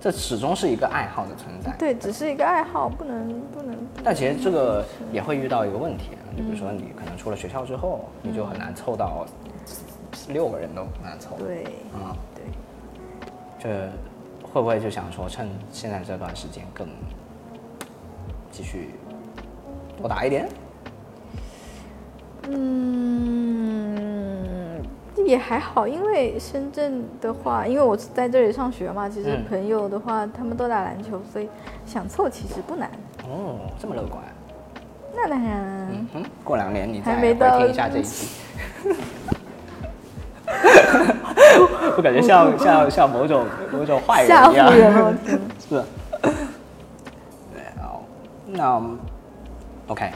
Speaker 1: 这始终是一个爱好的存在。
Speaker 2: 对，只是一个爱好，不能不能。不能
Speaker 1: 但其实这个也会遇到一个问题，就比如说你可能出了学校之后，你就很难凑到六个人都很难凑。
Speaker 2: 对
Speaker 1: 啊，
Speaker 2: 对，
Speaker 1: 这会不会就想说趁现在这段时间更继续多打一点？
Speaker 2: 嗯，也还好，因为深圳的话，因为我是在这里上学嘛，其实
Speaker 1: 嗯
Speaker 2: 朋友的话、他们都打篮球，所以想凑其实不难。
Speaker 1: 哦，这么乐观。
Speaker 2: 那当然，
Speaker 1: 嗯哼，过两年你再
Speaker 2: 还
Speaker 1: 回
Speaker 2: 没到
Speaker 1: 听一下这一
Speaker 2: *laughs*
Speaker 1: 期。我感觉像像像某种某种坏
Speaker 2: 吓
Speaker 1: 人一样
Speaker 2: 唬，人了，哦我天！
Speaker 1: 是。对，好，那我们 OK，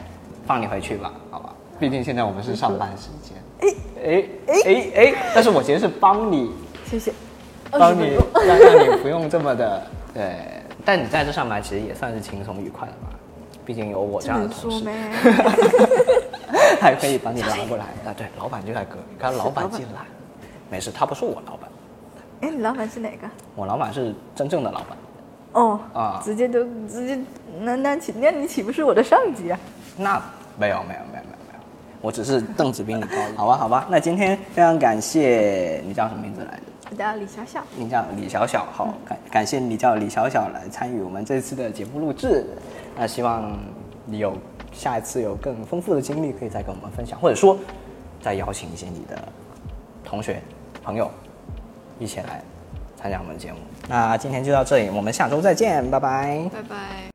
Speaker 1: 放你回去吧，好吧？毕竟现在我们是上班时间。哎哎哎哎！但是我其实是帮你
Speaker 2: 谢谢。
Speaker 1: 帮
Speaker 2: 20
Speaker 1: 你
Speaker 2: 分钟
Speaker 1: 让让你不用这么的对，但你在这上班其实也算是轻松愉快的吧，毕竟有我这
Speaker 2: 这
Speaker 1: 样的
Speaker 2: 能
Speaker 1: 同
Speaker 2: 说
Speaker 1: 事。
Speaker 2: 呗？
Speaker 1: *laughs* 还可以把你拉 *laughs* 过来啊！对，老板就在隔壁，刚老板进来，没事，他不是我老板，
Speaker 2: 哎，你老板是哪个？
Speaker 1: 我老板是真正的老板，
Speaker 2: 哦，
Speaker 1: 啊
Speaker 2: 直接就直接，那那岂那你岂不是我的上级啊？
Speaker 1: 那没有没有没有没有没有，我只是凳子比你高。 *laughs* 好吧好吧，那今天非常感谢你叫什么名字来着？
Speaker 2: 我叫李小小，
Speaker 1: 你叫李小小，好，感感谢你叫李小小来参与我们这次的节目录制。那希望你有呃下一次有更丰富的经历可以再跟我们分享，或者说再邀请一些你的同学、朋友一起来参加我们的节目。那今天就到这里，我们下周再见，拜拜。
Speaker 2: 拜拜。